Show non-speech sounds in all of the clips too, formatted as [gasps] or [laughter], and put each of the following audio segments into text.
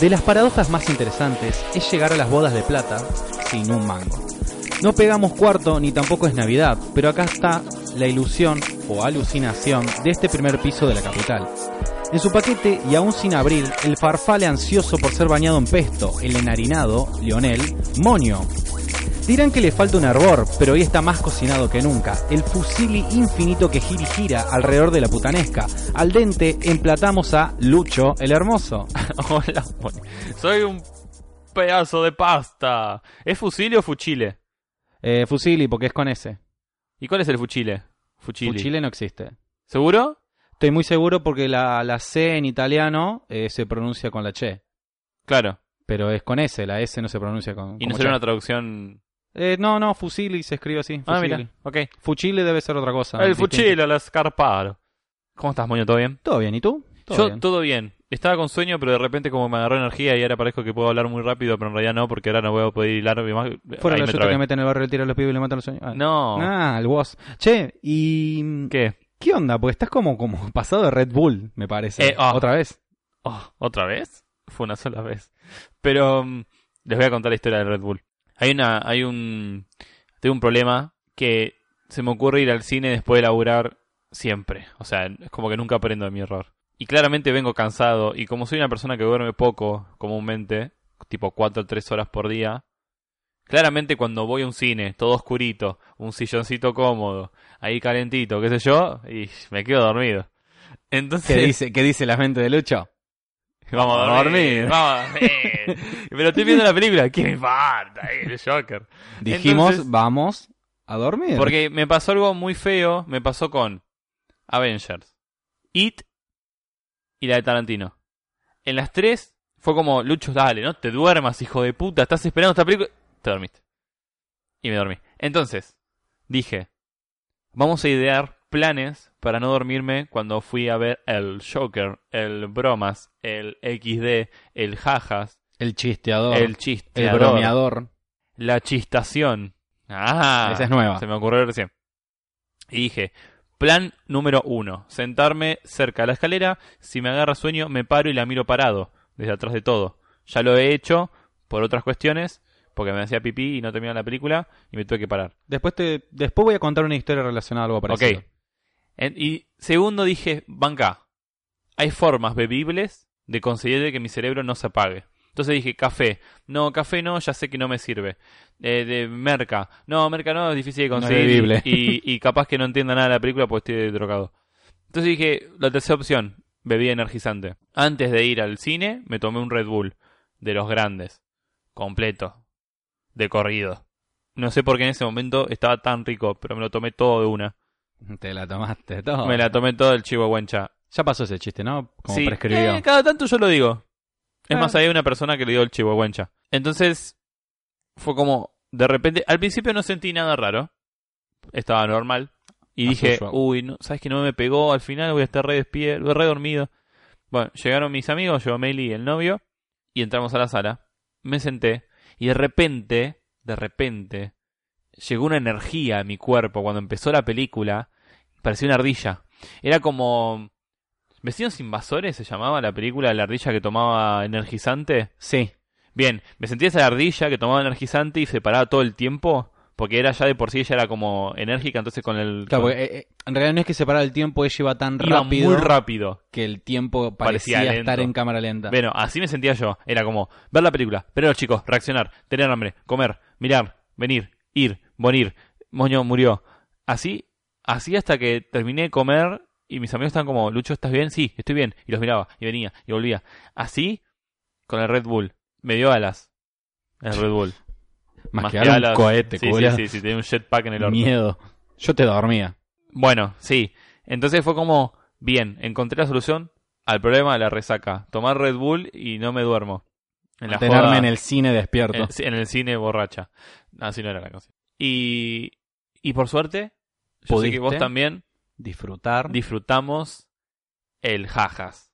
De las paradojas más interesantes es llegar a las bodas de plata sin un mango. No pegamos cuarto ni tampoco es Navidad, pero acá está la ilusión o alucinación de este primer piso de la capital. En su paquete y aún sin abrir, el farfale ansioso por ser bañado en pesto, el enharinado, Lionel, moño. Dirán que le falta un hervor, pero hoy está más cocinado que nunca. El fusili infinito que gira y gira alrededor de la putanesca. Al dente emplatamos a Lucho el Hermoso. [laughs] Hola, Moni. soy un pedazo de pasta. ¿Es fusilio o fuchile? Eh, fusili, porque es con ese. ¿Y cuál es el fuchile? Fuchili. Fuchile no existe. ¿Seguro? Estoy muy seguro porque la, la C en italiano eh, se pronuncia con la Che, Claro. pero es con S, la S no se pronuncia con. Y como no será che. una traducción. Eh, no, no, Fusili se escribe así. Ah, fusili. mira. Ok. Fuchile debe ser otra cosa. el distinto. fuchile, la escarparo. ¿Cómo estás, Moño? ¿Todo bien? Todo bien, ¿y tú? Todo Yo bien. todo bien. Estaba con sueño, pero de repente como me agarró energía y ahora parezco que puedo hablar muy rápido, pero en realidad no, porque ahora no voy a poder hilar y más. Fueron los Ahí me yotos trabé. que meten en el barrio, le tiran a los pibes y le matan los sueños. Ah, No. Ah, el boss. Che, ¿y ¿Qué? qué onda? Porque estás como, como [laughs] pasado de Red Bull, me parece. Eh, ah. Otra vez. Oh, ¿Otra vez? Fue una sola vez. Pero mm, les voy a contar la historia de Red Bull. Hay una, hay un, tengo un problema que se me ocurre ir al cine después de laburar siempre. O sea, es como que nunca aprendo de mi error. Y claramente vengo cansado y como soy una persona que duerme poco comúnmente, tipo 4 o 3 horas por día, claramente cuando voy a un cine, todo oscurito, un silloncito cómodo, ahí calentito, qué sé yo, y me quedo dormido. Entonces, ¿Qué dice, ¿Qué dice la gente de Lucho? [laughs] Vamos a dormir. Vamos a dormir. [laughs] Pero estoy viendo la película. ¿Qué me falta? Eh, El Joker. Dijimos, Entonces- vamos a dormir. Porque me pasó algo muy feo. Me pasó con Avengers, It y la de Tarantino. En las tres fue como, Lucho, dale, no te duermas, hijo de puta. Estás esperando esta película. Te dormiste. Y me dormí. Entonces, dije, vamos a idear planes para no dormirme cuando fui a ver el Joker, el Bromas, el XD, el Jajas. El chisteador. El El, chiste. bromeador. La chistación. Ah. Esa es nueva. Se me ocurrió recién. Y dije, plan número uno. Sentarme cerca de la escalera. Si me agarra sueño, me paro y la miro parado. Desde atrás de todo. Ya lo he hecho por otras cuestiones. Porque me hacía pipí y no terminaba la película. Y me tuve que parar. Después, te, después voy a contar una historia relacionada a algo parecido. Ok. En- y segundo dije, banca, hay formas bebibles de conseguir de que mi cerebro no se apague. Entonces dije, café. No, café no, ya sé que no me sirve. Eh, de merca. No, merca no, es difícil de No es conseguir. bebible. y, y capaz que no entienda nada de la película porque estoy drogado. Entonces dije, la tercera opción, bebida energizante. Antes de ir al cine, me tomé un Red Bull. De los grandes. Completo. De corrido. No sé por qué en ese momento estaba tan rico, pero me lo tomé todo de una. Te la tomaste [laughs] todo. Me la tomé todo el chihuahuencha. Ya pasó ese chiste, ¿no? Como Sí. prescribió. Eh, cada tanto yo lo digo. Es Ah. más, hay una persona que le dio el chihuahuencha. Entonces, fue como, de repente, al principio no sentí nada raro. Estaba normal. Y As dije, usual. uy, no, ¿sabes que no me pegó? Al final voy a estar re despierto, re dormido. Bueno, llegaron mis amigos, llegó Meli y el novio. Y entramos a la sala. Me senté. Y de repente, de repente, llegó una energía a mi cuerpo cuando empezó la película. Parecía una ardilla. Era como. ¿Vecinos invasores se llamaba la película de la ardilla que tomaba energizante? Sí. Bien, me sentía esa ardilla que tomaba energizante y se paraba todo el tiempo. Porque era ya de por sí, ella era como enérgica, entonces con el. Claro, con- porque, eh, eh, en realidad no es que separar el tiempo, ella iba tan iba rápido muy rápido. que el tiempo Parecía parecía, lento. estar en cámara lenta. Bueno, así me sentía yo. Era como ver la película, ver a los chicos, reaccionar, tener hambre, comer, mirar, venir, ir, morir. Moño murió. Así, así hasta que terminé de comer y mis amigos estaban como, Lucho, ¿estás bien? Sí, estoy bien. Y los miraba, y venía, y volvía. Así, con el Red Bull. Me dio alas. El [laughs] Red Bull. más, Más que, que dar alas. un cohete, Sí, sí, culo. sí, sí, tenía un jetpack en el horno. Miedo. Yo te dormía. Bueno, sí. Entonces fue como, bien, encontré la solución al problema de la resaca. Tomar Red Bull y no me duermo. En la Tenerme joda- en el cine despierto. en, en el cine borracha. Así no era la canción. Y, y por suerte, yo sé que Pudiste. vos también Disfrutar disfrutamos el jajas,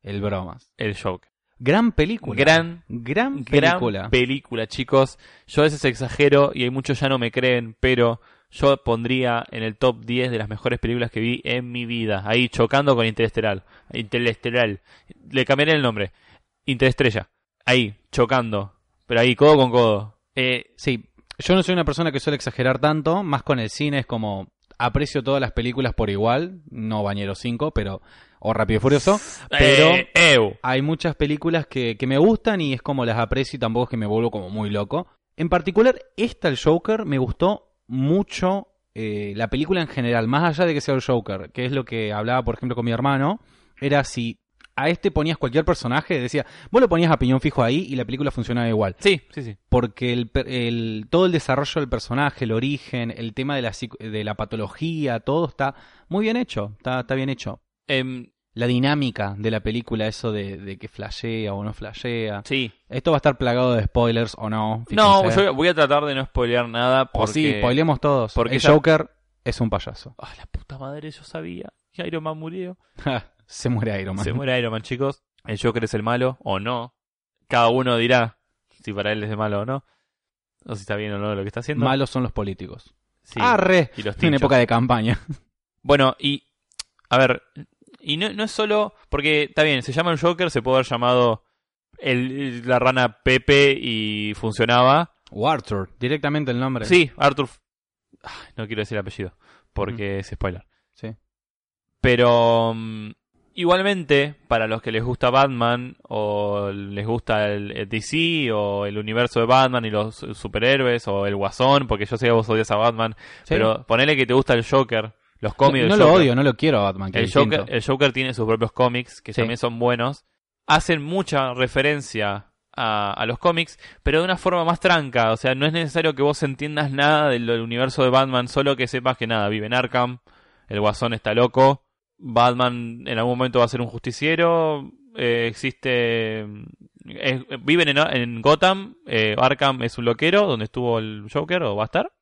el bromas. el joke. Gran película. Gran, gran gran película. película, chicos. Yo a veces exagero y hay muchos ya no me creen, pero yo pondría en el top 10 de las mejores películas que vi en mi vida. Ahí chocando con Interestelar. Interestelar. Le cambiaré el nombre. Interestrella. Ahí, chocando. Pero ahí, codo con codo. Eh, sí, yo no soy una persona que suele exagerar tanto, más con el cine es como aprecio todas las películas por igual, no Bañero 5, pero o Rápido y Furioso, pero Eh, eu. hay muchas películas que, que me gustan y es como las aprecio y tampoco es que me vuelvo como muy loco. En particular, esta, el Joker, me gustó mucho eh, la película en general, más allá de que sea el Joker, que es lo que hablaba, por ejemplo, con mi hermano, era si a este ponías cualquier personaje, decía, vos lo ponías a piñón fijo ahí y la película funcionaba igual Sí, sí, sí. porque el, per- el- todo el desarrollo del personaje, el origen, el tema de la, psico- de la patología, todo está muy bien hecho, está, está bien hecho. Em, La dinámica de la película, eso de, de que flashea o no flashea. sí. Esto va a estar plagado de spoilers o no. No, fíjense. yo voy a tratar de no spoilear nada O porque... sí, spoilemos todos. porque Porque el esa- Joker es un payaso. Ah, la puta madre, yo sabía que Iron Man murió. [laughs] Se muere Iron [laughs] Man. Se muere Iron Man, chicos. El Joker es el malo o no. Cada uno dirá si para él es el malo o no. O si está bien o no lo que está haciendo. Malos son los políticos. Sí. ¡Arre! Y los Ah, [laughs] En tinchos. época de campaña. Bueno, y. A ver. Y no, no es solo. Porque está bien, se llama el Joker, se puede haber llamado el- la rana Pepe y funcionaba. O Arthur, directamente el nombre. Sí, Arthur. Ay, No quiero decir el apellido, porque es spoiler. Sí. Pero. mm, igualmente, para los que les gusta Batman, o les gusta el, el DC, o el universo de Batman y los superhéroes, o el Guasón, porque yo sé que vos odias a Batman, Sí. pero ponele que te gusta el Joker, los cómics no del lo Joker. odio, no lo quiero a Batman. que El es Joker, eh, distinto. el Joker tiene sus propios cómics, que Sí. también son buenos. Hacen mucha referencia a, a los cómics, pero de una forma más tranca. O sea, no es necesario que vos entiendas nada del, del universo de Batman, solo que sepas que nada, vive en Arkham, el guasón está loco, Batman en algún momento va a ser un justiciero, eh, existe... es- viven en, en Gotham, eh, Arkham es un loquero, donde estuvo el Joker, o va a estar,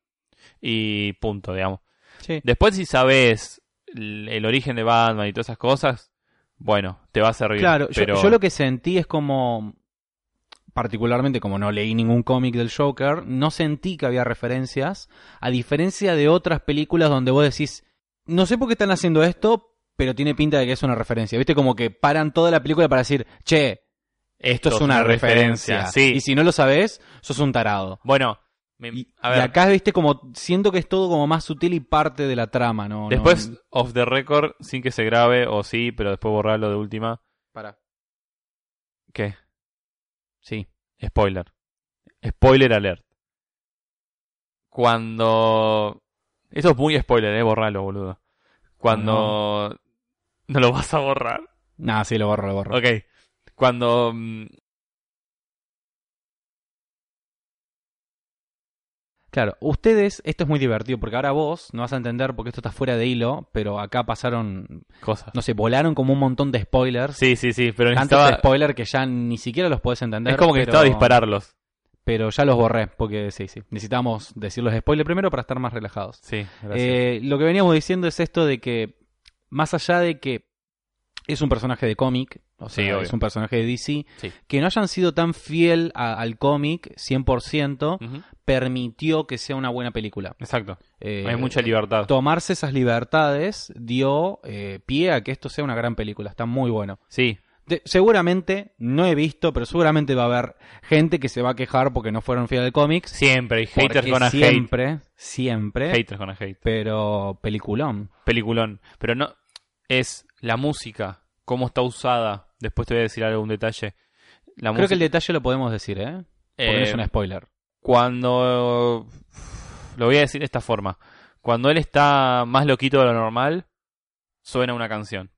y punto, digamos. Sí. Después, si sabes el, el origen de Batman y todas esas cosas, bueno, te va a servir. Claro, yo- pero yo, lo que sentí es como, particularmente como no leí ningún cómic del Joker, no sentí que había referencias, a diferencia de otras películas donde vos decís, no sé por qué están haciendo esto, pero tiene pinta de que es una referencia. Viste, como que paran toda la película para decir, che, esto es una, referencia. Sí. Y si no lo sabés, sos un tarado. Bueno, me- Y, a y ver, acá, viste, como siento que es todo como más sutil y parte de la trama, ¿no? después, No- off the record, sin que se grabe, o sí, pero después borrarlo de última. ¿Qué? Sí. Spoiler. Spoiler alert. Cuando. Esto es muy spoiler, eh, borralo, boludo. Cuando. [laughs] No lo vas a borrar. Nah, sí, lo borro, lo borro. Ok. Cuando. mm, Claro, ustedes, esto es muy divertido porque ahora vos no vas a entender porque esto está fuera de hilo, pero acá pasaron, cosas. no sé, volaron como un montón de spoilers. Sí, sí, sí, pero Tantos necesitaba. spoilers que ya ni siquiera los podés entender. Es como que pero- estaba dispararlos. Pero ya los borré porque sí, sí. Necesitamos decir los spoilers primero para estar más relajados. Sí, Eh, lo que veníamos diciendo es esto de que, más allá de que es un personaje de cómic, o Sí, sea, obvio. es un personaje de DC, Sí. que no hayan sido tan fiel a- al cómic 100%, Ujú. permitió que sea una buena película. Exacto. Eh, Hay mucha libertad. tomarse esas libertades dio eh, pie a que esto sea una gran película. Está muy bueno. Sí, De- seguramente, no he visto, pero seguramente va a haber gente que se va a quejar porque no fueron fiel al cómics. siempre. hay haters Porque con a hate. siempre, siempre, Haters con a hate. pero peliculón. Peliculón. Pero no. Es la música. Cómo está usada. Después te voy a decir algún detalle. La Creo que el música. detalle lo podemos decir, ¿eh? Porque no eh, es un spoiler. Cuando. Lo voy a decir de esta forma. Cuando él está más loquito de lo normal, suena una canción.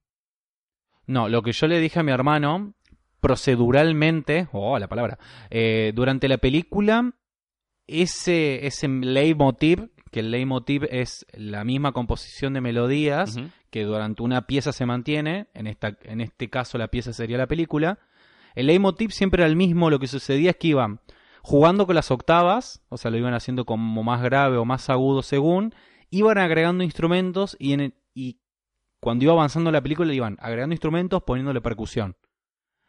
No, lo que yo le dije a mi hermano, proceduralmente, oh, la palabra, eh, durante la película, ese, ese leitmotiv, que el leitmotiv es la misma composición de melodías Ujú. que durante una pieza se mantiene, en, esta, en este caso la pieza sería la película, el leitmotiv siempre era el mismo, lo que sucedía es que iban jugando con las octavas, o sea, lo iban haciendo como más grave o más agudo según, iban agregando instrumentos y, en el- y cuando iba avanzando la película le iban agregando instrumentos poniéndole percusión.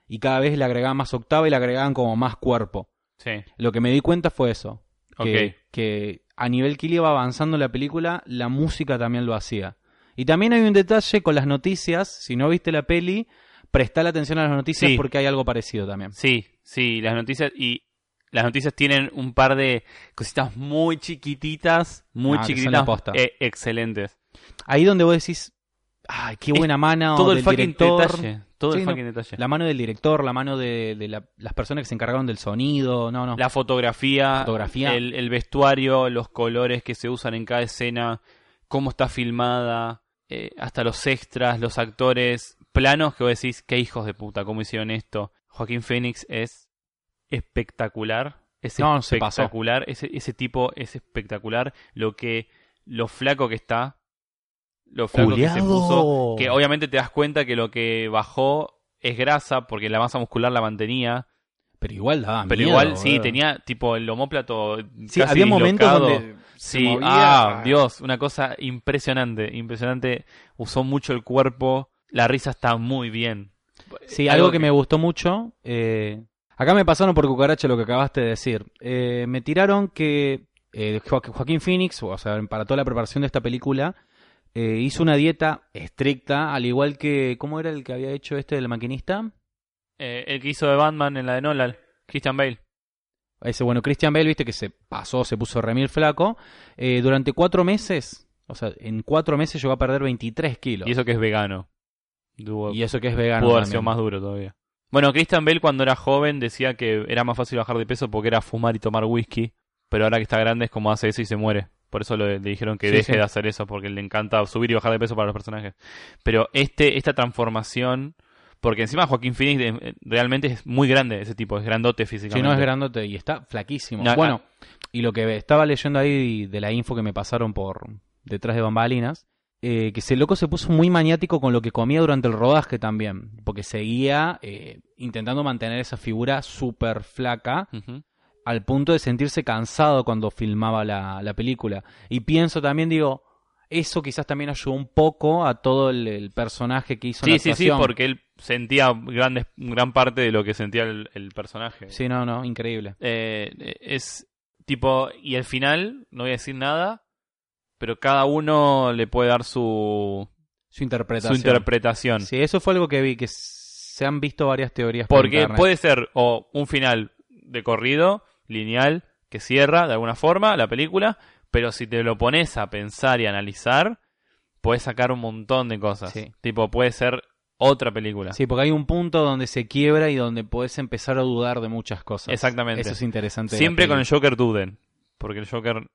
Y cada vez le agregaban más octava y le agregaban como más cuerpo. Sí. Lo que me di cuenta fue eso. Que, Ok. que a nivel que iba avanzando la película, la música también lo hacía. Y también hay un detalle con las noticias, si no viste la peli, prestale atención a las noticias Sí. porque hay algo parecido también. Sí, sí, las noticias y las noticias tienen un par de cositas muy chiquititas, muy Ah, que son chiquititas, la posta. eh, excelentes. Ahí donde vos decís, ay, qué Es buena mano todo el del fucking director. detalle, todo Sí, el no. fucking detalle. La, La mano del director, la mano de, de la- las personas que se encargaron del sonido, no, no. fotografía, Ah. Fotografía. El, el vestuario, los colores que se usan en cada escena, cómo está filmada, eh, hasta los extras, los actores, planos que vos decís, qué hijos de puta, cómo hicieron esto. Joaquín Phoenix es espectacular. Es No, se pasó. espectacular. Ese, ese tipo es espectacular. Lo que. Lo flaco que está. Lo flaco que se puso. Culeado. Que obviamente te das cuenta que lo que bajó es grasa, porque la masa muscular la mantenía. Pero igual daba Pero miedo, igual, sí, boludo. tenía tipo el homóplato. Sí, casi había momentos dislocado. donde se Sí, movía. ah, Dios, una cosa impresionante, impresionante. Usó mucho el cuerpo, la risa está muy bien. Eh, Sí, algo que me gustó mucho. eh, acá me pasaron por cucaracha lo que acabaste de decir. Eh, me tiraron que eh, Jo- Joaquín Phoenix, o sea, para toda la preparación de esta película, eh, hizo una dieta estricta, al igual que. ¿Cómo era el que había hecho este del maquinista? Eh, el que hizo de Batman en la de Nolan, Christian Bale. Ese, bueno, Christian Bale, viste que se pasó, se puso remil flaco. eh, durante cuatro meses, o sea, en cuatro meses llegó a perder 23 kilos. Y eso que es vegano. Dudo- Y eso que es vegano. pudo haber sido también. más duro todavía. Bueno, Christian Bale cuando era joven decía que era más fácil bajar de peso porque era fumar y tomar whisky. Pero ahora que está grande es como hace eso y se muere. Por eso lo- le dijeron que Sí, sí. deje de hacer eso porque le encanta subir y bajar de peso para los personajes. Pero este esta transformación... Porque encima Joaquín Phoenix de- realmente es muy grande ese tipo. Es grandote Si físicamente. no es grandote y está flaquísimo. No, ah. bueno, y lo que estaba leyendo ahí de la info que me pasaron por detrás de bambalinas, eh, que ese loco se puso muy maniático con lo que comía durante el rodaje también, porque seguía eh, intentando mantener esa figura súper flaca Ujú. al punto de sentirse cansado cuando filmaba la, la película. Y pienso también, digo, eso quizás también ayudó un poco a todo el, el personaje que hizo en Sí, la sí, sí, actuación. porque él sentía grandes, gran parte de lo que sentía el, el personaje. Sí, no, no, increíble. Eh, eh, es tipo, y al final, no voy a decir nada, pero cada uno le puede dar su, Su su interpretación. interpretación. Sí, eso fue algo que vi, que se han visto varias teorías. por Porque internet. puede ser o un final de corrido, lineal, que cierra de alguna forma la película, pero si te lo pones a pensar y analizar, puedes sacar un montón de cosas. Sí. Tipo, puede ser otra película. Sí, porque hay un punto donde se quiebra y donde puedes empezar a dudar de muchas cosas. Exactamente. Eso es interesante. de la Siempre con peli. el Joker duden, porque el Joker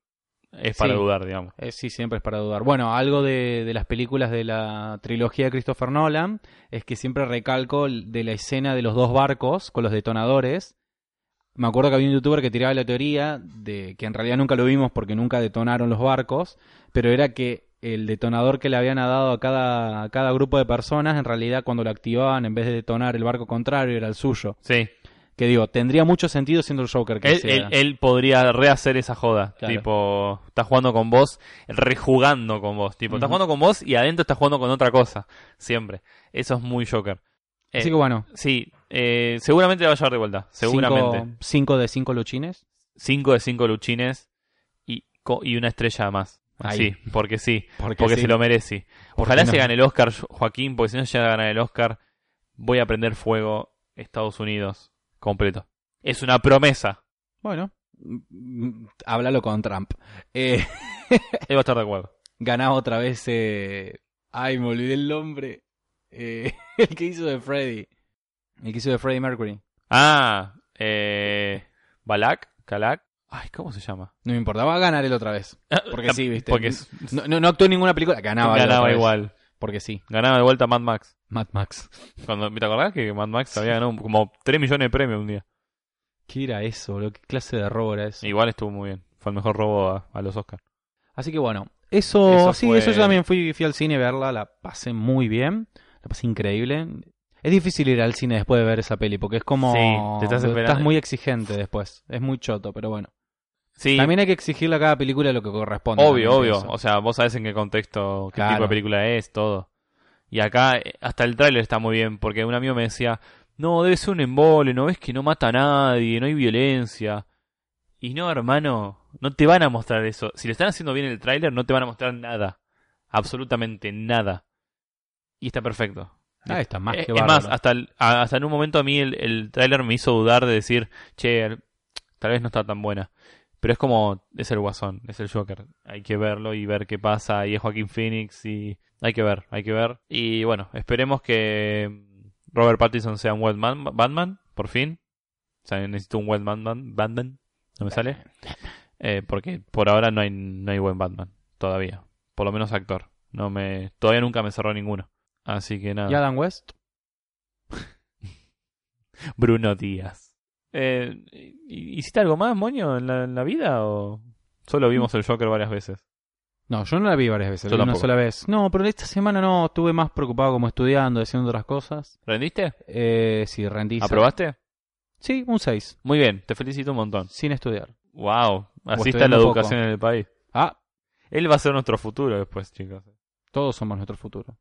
es para Sí. dudar, digamos. Eh, sí, siempre es para dudar. Bueno, algo de, de las películas de la trilogía de Christopher Nolan es que siempre recalco el- de la escena de los dos barcos con los detonadores. Me acuerdo que había un youtuber que tiraba la teoría de que en realidad nunca lo vimos porque nunca detonaron los barcos, pero era que el detonador que le habían dado a cada, a cada grupo de personas, en realidad cuando lo activaban, en vez de detonar el barco contrario, era el suyo. Sí. Que digo, tendría mucho sentido siendo el Joker que Él, hiciera. él- él podría rehacer esa joda. Claro. Tipo, está jugando con vos, rejugando con vos. Tipo, está Ujú. jugando con vos y adentro está jugando con otra cosa. Siempre. Eso es muy Joker. Eh, Así que bueno, Sí, eh, seguramente la va a llevar de vuelta. Seguramente. Cinco, Cinco, cinco de cinco luchines. de cinco luchines y, co- y una estrella más. Ahí. Sí, [laughs] porque sí. Porque, Porque sí. se lo merece. Ojalá no? se gane el Oscar, Jo- Joaquín, porque si no llega a ganar el Oscar, voy a prender fuego Estados Unidos completo. Es una promesa. Bueno, m- m- Mm, háblalo con Trump. Eh, [laughs] Él va a estar de acuerdo. ganaba otra vez. eh, Ay, me olvidé el nombre. Eh, [laughs] el que hizo de Freddy. El que hizo de Freddy Mercury. Ah, eh, Balak, Kalak. Ay, ¿cómo se llama? No me importaba ganar él otra vez. Porque sí, viste. Porque es- no, no, no actuó en ninguna película. Ganaba, él otra ganaba vez. igual. Porque sí. Ganaba de vuelta Mad Max. Mad Max. Cuando, ¿Te acordás que Mad Max había ganado como 3 millones de premios un día? ¿Qué era eso? boludo? ¿Qué clase de robo era eso? Igual estuvo muy bien. Fue el mejor robo a, a los Oscars. Así que bueno, eso, Eso sí, fue- eso yo también fui, fui al cine a verla, la pasé muy bien, la pasé increíble. Es difícil ir al cine después de ver esa peli, porque es como... Sí, te estás esperando. muy exigente después, es muy choto, pero bueno. Sí, También hay que exigirle a cada película lo que corresponde. obvio, también obvio. pienso. O sea, vos sabés en qué contexto, qué Claro. tipo de película es, todo. Y acá, eh, hasta el tráiler está muy bien, porque un amigo me decía, no, debe ser un embole, no ves que no mata a nadie, no hay violencia. Y no, hermano, no te van a mostrar eso. Si le están haciendo bien el tráiler, no te van a mostrar nada. Absolutamente nada. Y está perfecto. Ah, está más Eh, que es bárbaro. más, hasta, el- a- hasta en un momento a mí el, el tráiler me hizo dudar de decir, che, el- tal vez no está tan buena. Pero es como, es el Guasón, es el Joker. Hay que verlo y ver qué pasa. Y es Joaquín Phoenix y hay que ver, hay que ver. Y bueno, esperemos que mm, Robert Pattinson sea un Batman, Batman por fin. O sea, necesito un buen Batman, Batman. No [laughs] me sale. Eh, porque por ahora no hay, no hay buen Batman. Todavía. Por lo menos actor. No me, todavía nunca me cerró ninguno. Así que nada. ¿Y Adam West? Bruno Díaz. Eh, ¿hi- ¿Hiciste algo más, Moño, en la, en la vida? ¿O solo vimos el Joker varias veces? No, yo no la vi varias veces, Yo la vi una tampoco. sola vez. No, pero esta semana no, estuve más preocupado como estudiando, haciendo otras cosas. ¿Rendiste? Eh, sí, rendí. ¿Aprobaste? Sí, un 6, Muy bien, te felicito un montón. sin estudiar. Wow, estudiando así está la poco. educación en el país. Ah, Él va a ser nuestro futuro después, chicos. todos somos nuestro futuro.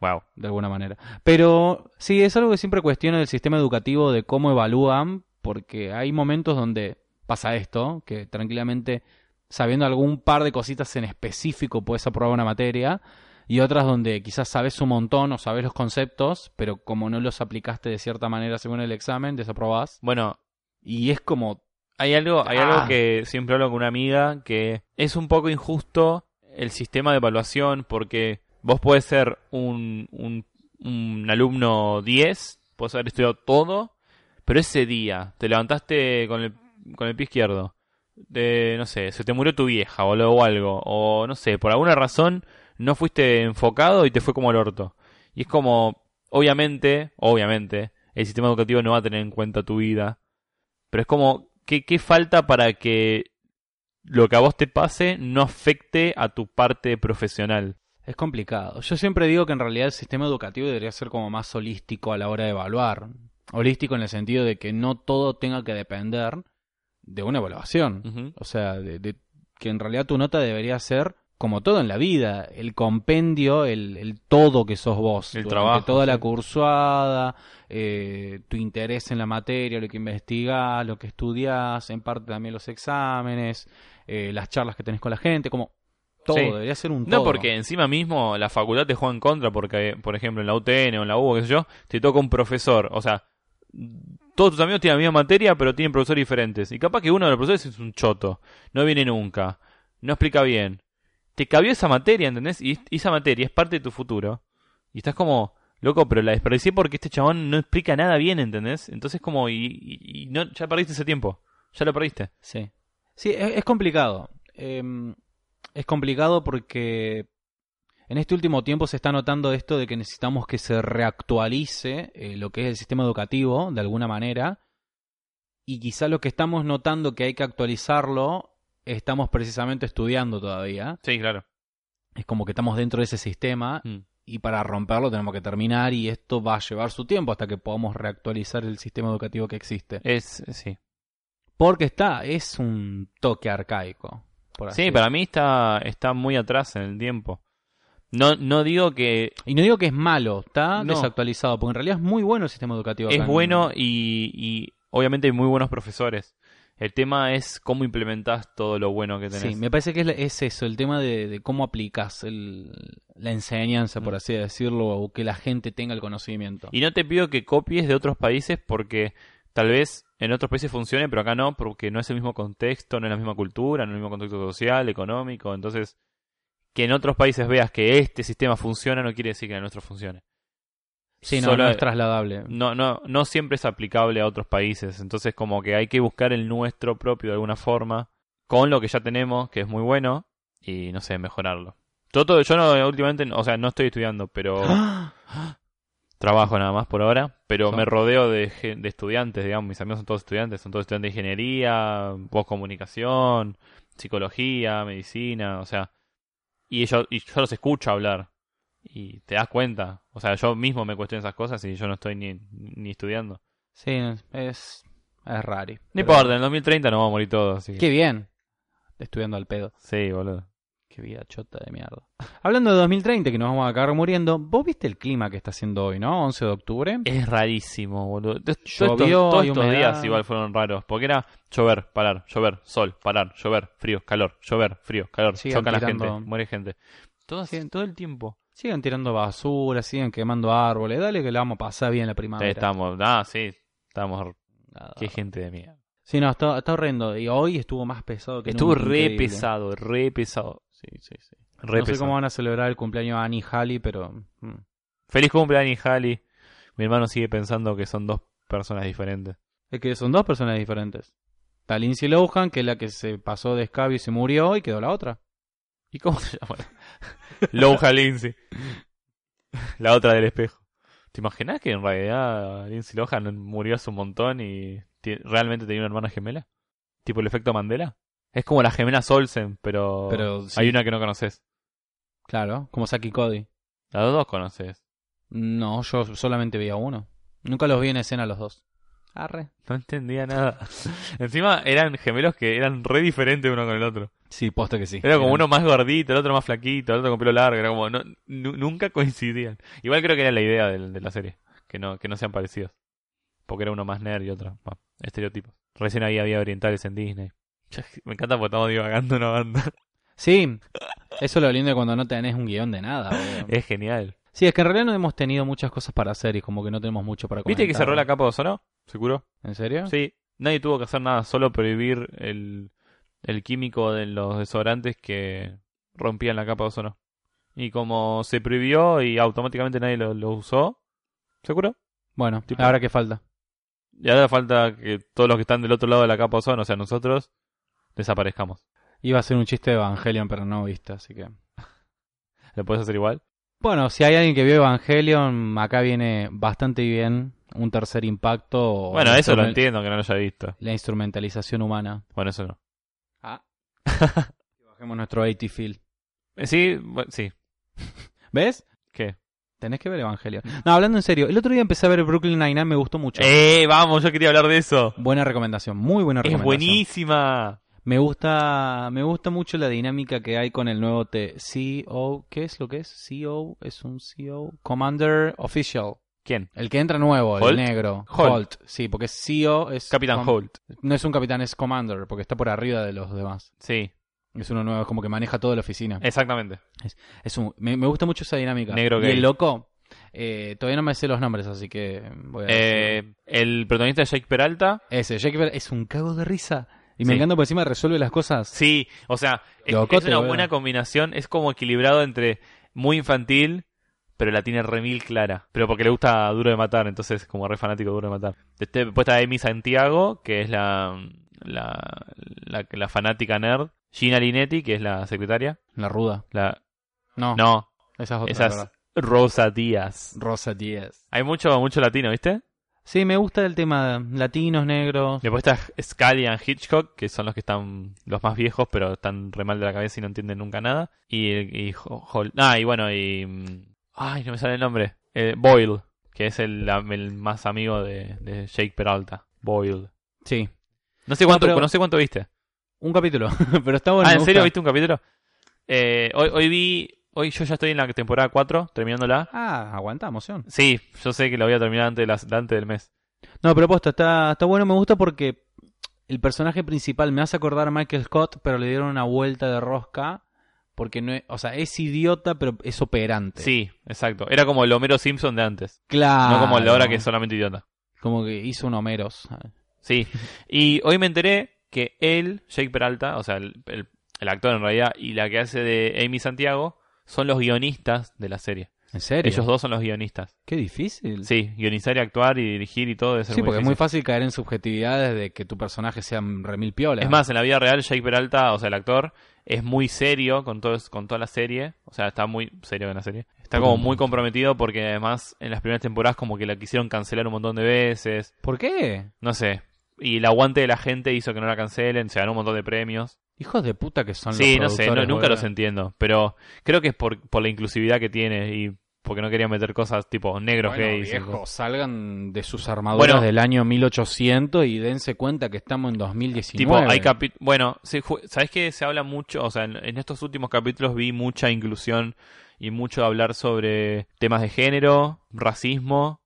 Wow. de alguna manera. Pero sí, es algo que siempre cuestiono del sistema educativo, de cómo evalúan, porque hay momentos donde pasa esto, que tranquilamente, sabiendo algún par de cositas en específico, puedes aprobar una materia, y otras donde quizás sabes un montón o sabes los conceptos, pero como no los aplicaste de cierta manera según el examen, desaprobás. Bueno, Y es como... Hay algo, hay Ah. algo que siempre hablo con una amiga que es un poco injusto el sistema de evaluación porque vos podés ser un, un, un alumno 10, podés haber estudiado todo, pero ese día te levantaste con el, con el pie izquierdo, de, no sé, se te murió tu vieja o, lo- o algo, o no sé, por alguna razón no fuiste enfocado y te fue como el orto. Y es como, obviamente, obviamente, el sistema educativo no va a tener en cuenta tu vida. Pero es como, ¿qué, qué falta para que lo que a vos te pase no afecte a tu parte profesional? Es complicado. Yo siempre digo que en realidad el sistema educativo debería ser como más holístico a la hora de evaluar. Holístico en el sentido de que no todo tenga que depender de una evaluación. Ujú. O sea, de, de- que en realidad tu nota debería ser, como todo en la vida, el compendio, el, el todo que sos vos. El Durante trabajo, Toda la sí. cursuada, eh, tu interés en la materia, lo que investigás, lo que estudiás, en parte también los exámenes, eh, las charlas que tenés con la gente, como todo, Sí. debería ser un todo. No, porque encima mismo la facultad te juega en contra, porque, por ejemplo, en la UTN o en la U, qué sé yo, te toca un profesor. O sea, todos tus amigos tienen la misma materia, pero tienen profesores diferentes. Y capaz que uno de los profesores es un choto, no viene nunca, no explica bien. Te cabió esa materia, ¿entendés? Y y esa materia es parte de tu futuro. Y estás como, loco, pero la desperdicié porque este chabón no explica nada bien, ¿entendés? Entonces como, y, y- y no, ya perdiste ese tiempo, ya lo perdiste. Sí. Sí, es, es complicado. Em, es complicado porque en este último tiempo se está notando esto de que necesitamos que se reactualice eh, lo que es el sistema educativo de alguna manera. Y quizá lo que estamos notando que hay que actualizarlo, estamos precisamente estudiando todavía. Sí, claro. Es como que estamos dentro de ese sistema Mm. y para romperlo tenemos que terminar y esto va a llevar su tiempo hasta que podamos reactualizar el sistema educativo que existe. Es, sí. Porque está, es un toque arcaico. por así Sí, para mí está, está muy atrás en el tiempo. No, no digo que Y no digo que es malo, está No. desactualizado, porque en realidad es muy bueno el sistema educativo. acá es en- bueno y, y obviamente hay muy buenos profesores. El tema es cómo implementás todo lo bueno que tenés. Sí, me parece que es, la- es eso, el tema de, de cómo aplicas el- la enseñanza, por Mm. así decirlo, o que la gente tenga el conocimiento. Y no te pido que copies de otros países porque tal vez en otros países funcione, pero acá no, porque no es el mismo contexto, no es la misma cultura, no es el mismo contexto social, económico. Entonces, que en otros países veas que este sistema funciona no quiere decir que en el nuestro funcione. sí, no, solo- no es trasladable. no, no, no siempre es aplicable a otros países. Entonces, como que hay que buscar el nuestro propio de alguna forma, con lo que ya tenemos, que es muy bueno, y no sé, mejorarlo. Yo, todo- yo no, últimamente, no- o sea, no estoy estudiando, [gasps] pero ¡Ah! trabajo nada más por ahora. Pero Yo- me rodeo de, gen- de estudiantes, digamos, mis amigos son todos estudiantes, son todos estudiantes de ingeniería, voz comunicación, psicología, medicina, o sea, y, ellos, y yo los escucho hablar. Y te das cuenta. O sea, yo mismo me cuestiono esas cosas y yo no estoy ni, ni estudiando. Sí, es, es raro. No importa, en el 2030 nos vamos a morir todos. Así que... Qué bien, estudiando al pedo. Sí, boludo. Qué vida chota de mierda. Hablando de 2030, que nos vamos a acabar muriendo, vos viste el clima que está haciendo hoy, ¿no? 11 de octubre. Es rarísimo, boludo. Todo esto- Llovió, todos hay estos humedad. días igual fueron raros. Porque era llover, parar, llover, sol, parar, llover, frío, calor, llover, frío, calor. Sigan Chocan la tirando. gente, muere gente. Todo, así, todo el tiempo. Siguen tirando basura, siguen quemando árboles. Dale que la vamos a pasar bien la Ahí primavera. estamos, ah, sí, estamos. Nada. Qué gente de mierda. Sí, no, está, está horrendo. Y hoy estuvo más pesado que Estuvo nunca, re increíble. pesado, re pesado. Sí, sí, sí. Re no sé pesado. cómo van a celebrar el cumpleaños de Annie Halley, pero. mm. Feliz cumpleaños, Halley. Mi hermano sigue pensando que son dos personas diferentes. Es que son dos personas diferentes. Está Lindsay Lohan, que es la que se pasó de escabio y se murió, y quedó la otra. ¿Y cómo se llama? Louja Lindsay. La otra del espejo. ¿Te imaginas que en realidad Lindsay Lohan murió hace un montón y ti- realmente tenía una hermana gemela? ¿Tipo el efecto Mandela? Es como la gemela Solsen, pero, Pero sí. Oh. hay una que no conoces. Claro, como Saki Cody. Las dos conoces. No, yo solamente vi a uno. Nunca los vi en escena los dos. Arre. No entendía nada. [laughs] Encima eran gemelos que eran re diferentes uno con el otro. Sí, posta que sí. Era como uno más gordito, el otro más flaquito, el otro con pelo largo, era como no- nu- nunca coincidían. Igual creo que era la idea del- de, la serie, que no, que no sean parecidos. Porque era uno más nerd y otro más estereotipos. Recién ahí había orientales en Disney. Ya, Me encanta porque estamos divagando una banda. Sí, eso es lo lindo de cuando no tenés un guión de nada. boludo. [laughs] Es genial. Sí, es que en realidad no hemos tenido muchas cosas para hacer y como que no tenemos mucho para comentar. ¿Viste que cerró la capa de ozono? ¿Se curó? ¿En serio? Sí. Nadie tuvo que hacer nada, solo prohibir el, el químico de los desodorantes que rompían la capa de ozono. Y como se prohibió y automáticamente nadie lo, lo usó, ¿se curó? Bueno, Tipo- ahora que falta. Y ahora falta que todos los que están del otro lado de la capa son, o sea, nosotros, desaparezcamos. Iba a ser un chiste de Evangelion, pero no viste, así que. ¿Lo puedes hacer igual? Bueno, si hay alguien que vio Evangelion, acá viene bastante bien un tercer impacto. o bueno, la eso lo instrumen- entiendo, que Oh, no lo haya visto. La instrumentalización humana. Bueno, eso no. Ah. [laughs] Bajemos nuestro 80 feel. Eh, Sí, bueno, sí. ¿Ves? ¿Qué? Tenés que ver Evangelion. No, hablando en serio, el otro día empecé a ver Brooklyn Nine-Nine, me gustó mucho. ¡Eh, vamos! Yo quería hablar de eso. Buena recomendación, muy buena Es recomendación. buenísima. Me gusta, me gusta mucho la dinámica que hay con el nuevo T CEO, ¿qué es lo que es? CEO, es un CEO, Commander Official, ¿Quién? el que entra nuevo, ¿Holt? el negro, Holt. sí, porque CEO es Capitán com- Holt. No es un capitán, es Commander, porque está por arriba de los demás. Sí, Es uno nuevo, es como que maneja toda la oficina. exactamente. Es un, me, me gusta mucho esa dinámica. Eh. Negro y gay. el loco, eh, todavía no me sé los nombres, así que voy a decir. Eh, el protagonista es Jake Peralta. Ese, Jake Bell es un cago de risa. Y Sí. me encanta por encima resuelve las cosas. Sí, o sea, es, Locote, es una boludo. buena combinación. Es como equilibrado entre muy infantil, pero la tiene remil clara. Pero porque le gusta Duro de Matar, entonces es como re fanático de Duro de Matar. Este, después está Amy Santiago, que es la, la, la, la fanática nerd. Gina Linetti, que es la secretaria. La ruda. La, No, no, esa es otra. esa es ¿verdad? Rosa Díaz. Rosa 10. Hay mucho, mucho latino, ¿viste? Sí, me gusta el tema de latinos, negros. Después está Scully and Hitchcock, que son los que están los más viejos, pero están re mal de la cabeza y no entienden nunca nada. Y, y Ho- Hol- ah, y bueno, y mm, ay, no me sale el nombre. Eh, Boyle, que es el, la- el más amigo de, de Jake Peralta. Boyle. Sí, No sé cuánto, no, No, pero- sé cuánto viste. un capítulo, [laughs] pero está bueno. ah, me ¿en serio gusta. viste un capítulo? Eh, hoy, hoy vi, hoy yo ya estoy en la temporada 4, terminándola. Ah, aguanta, emoción. Sí, yo sé que la voy a terminar antes, de las- antes del mes. No, pero posta, está, está bueno, me gusta porque el personaje principal me hace acordar a Michael Scott, pero le dieron una vuelta de rosca. Porque no es, o sea, es idiota, pero es operante. Sí, exacto. Era como el Homero Simpson de antes. claro. No como el de ahora que es solamente idiota. Como que hizo un Homeros. Sí. Y hoy me enteré que él, Jake Peralta, o sea, el, el- el actor en realidad, y la que hace de Amy Santiago, son los guionistas de la serie. ¿En serio? Ellos dos son los guionistas. Qué difícil. Sí, guionizar y actuar y dirigir y todo debe ser Sí, muy porque es difícil. muy fácil caer en subjetividades de que tu personaje sea un remil piola. Es más, en la vida real, Jake Peralta, o sea, el actor, es muy serio con, todo, con toda la serie. O sea, está muy serio en la serie. Está como muy comprometido porque además en las primeras temporadas como que la quisieron cancelar un montón de veces. ¿Por qué? No sé. Y el aguante de la gente hizo que no la cancelen. Se ganó un montón de premios. Hijos de puta que son los Sí, no sé, no- productores, nunca boludo. los entiendo, pero creo que es por, por la inclusividad que tiene y porque no querían meter cosas tipo negros Bueno, gays. y viejo, cosas. salgan de sus armaduras Bueno. del año 1800 y dense cuenta que estamos en 2019. Tipo, hay capi- bueno, sí, ju- ¿sabés que se habla mucho? O sea, en, en estos últimos capítulos vi mucha inclusión y mucho hablar sobre temas de género, racismo,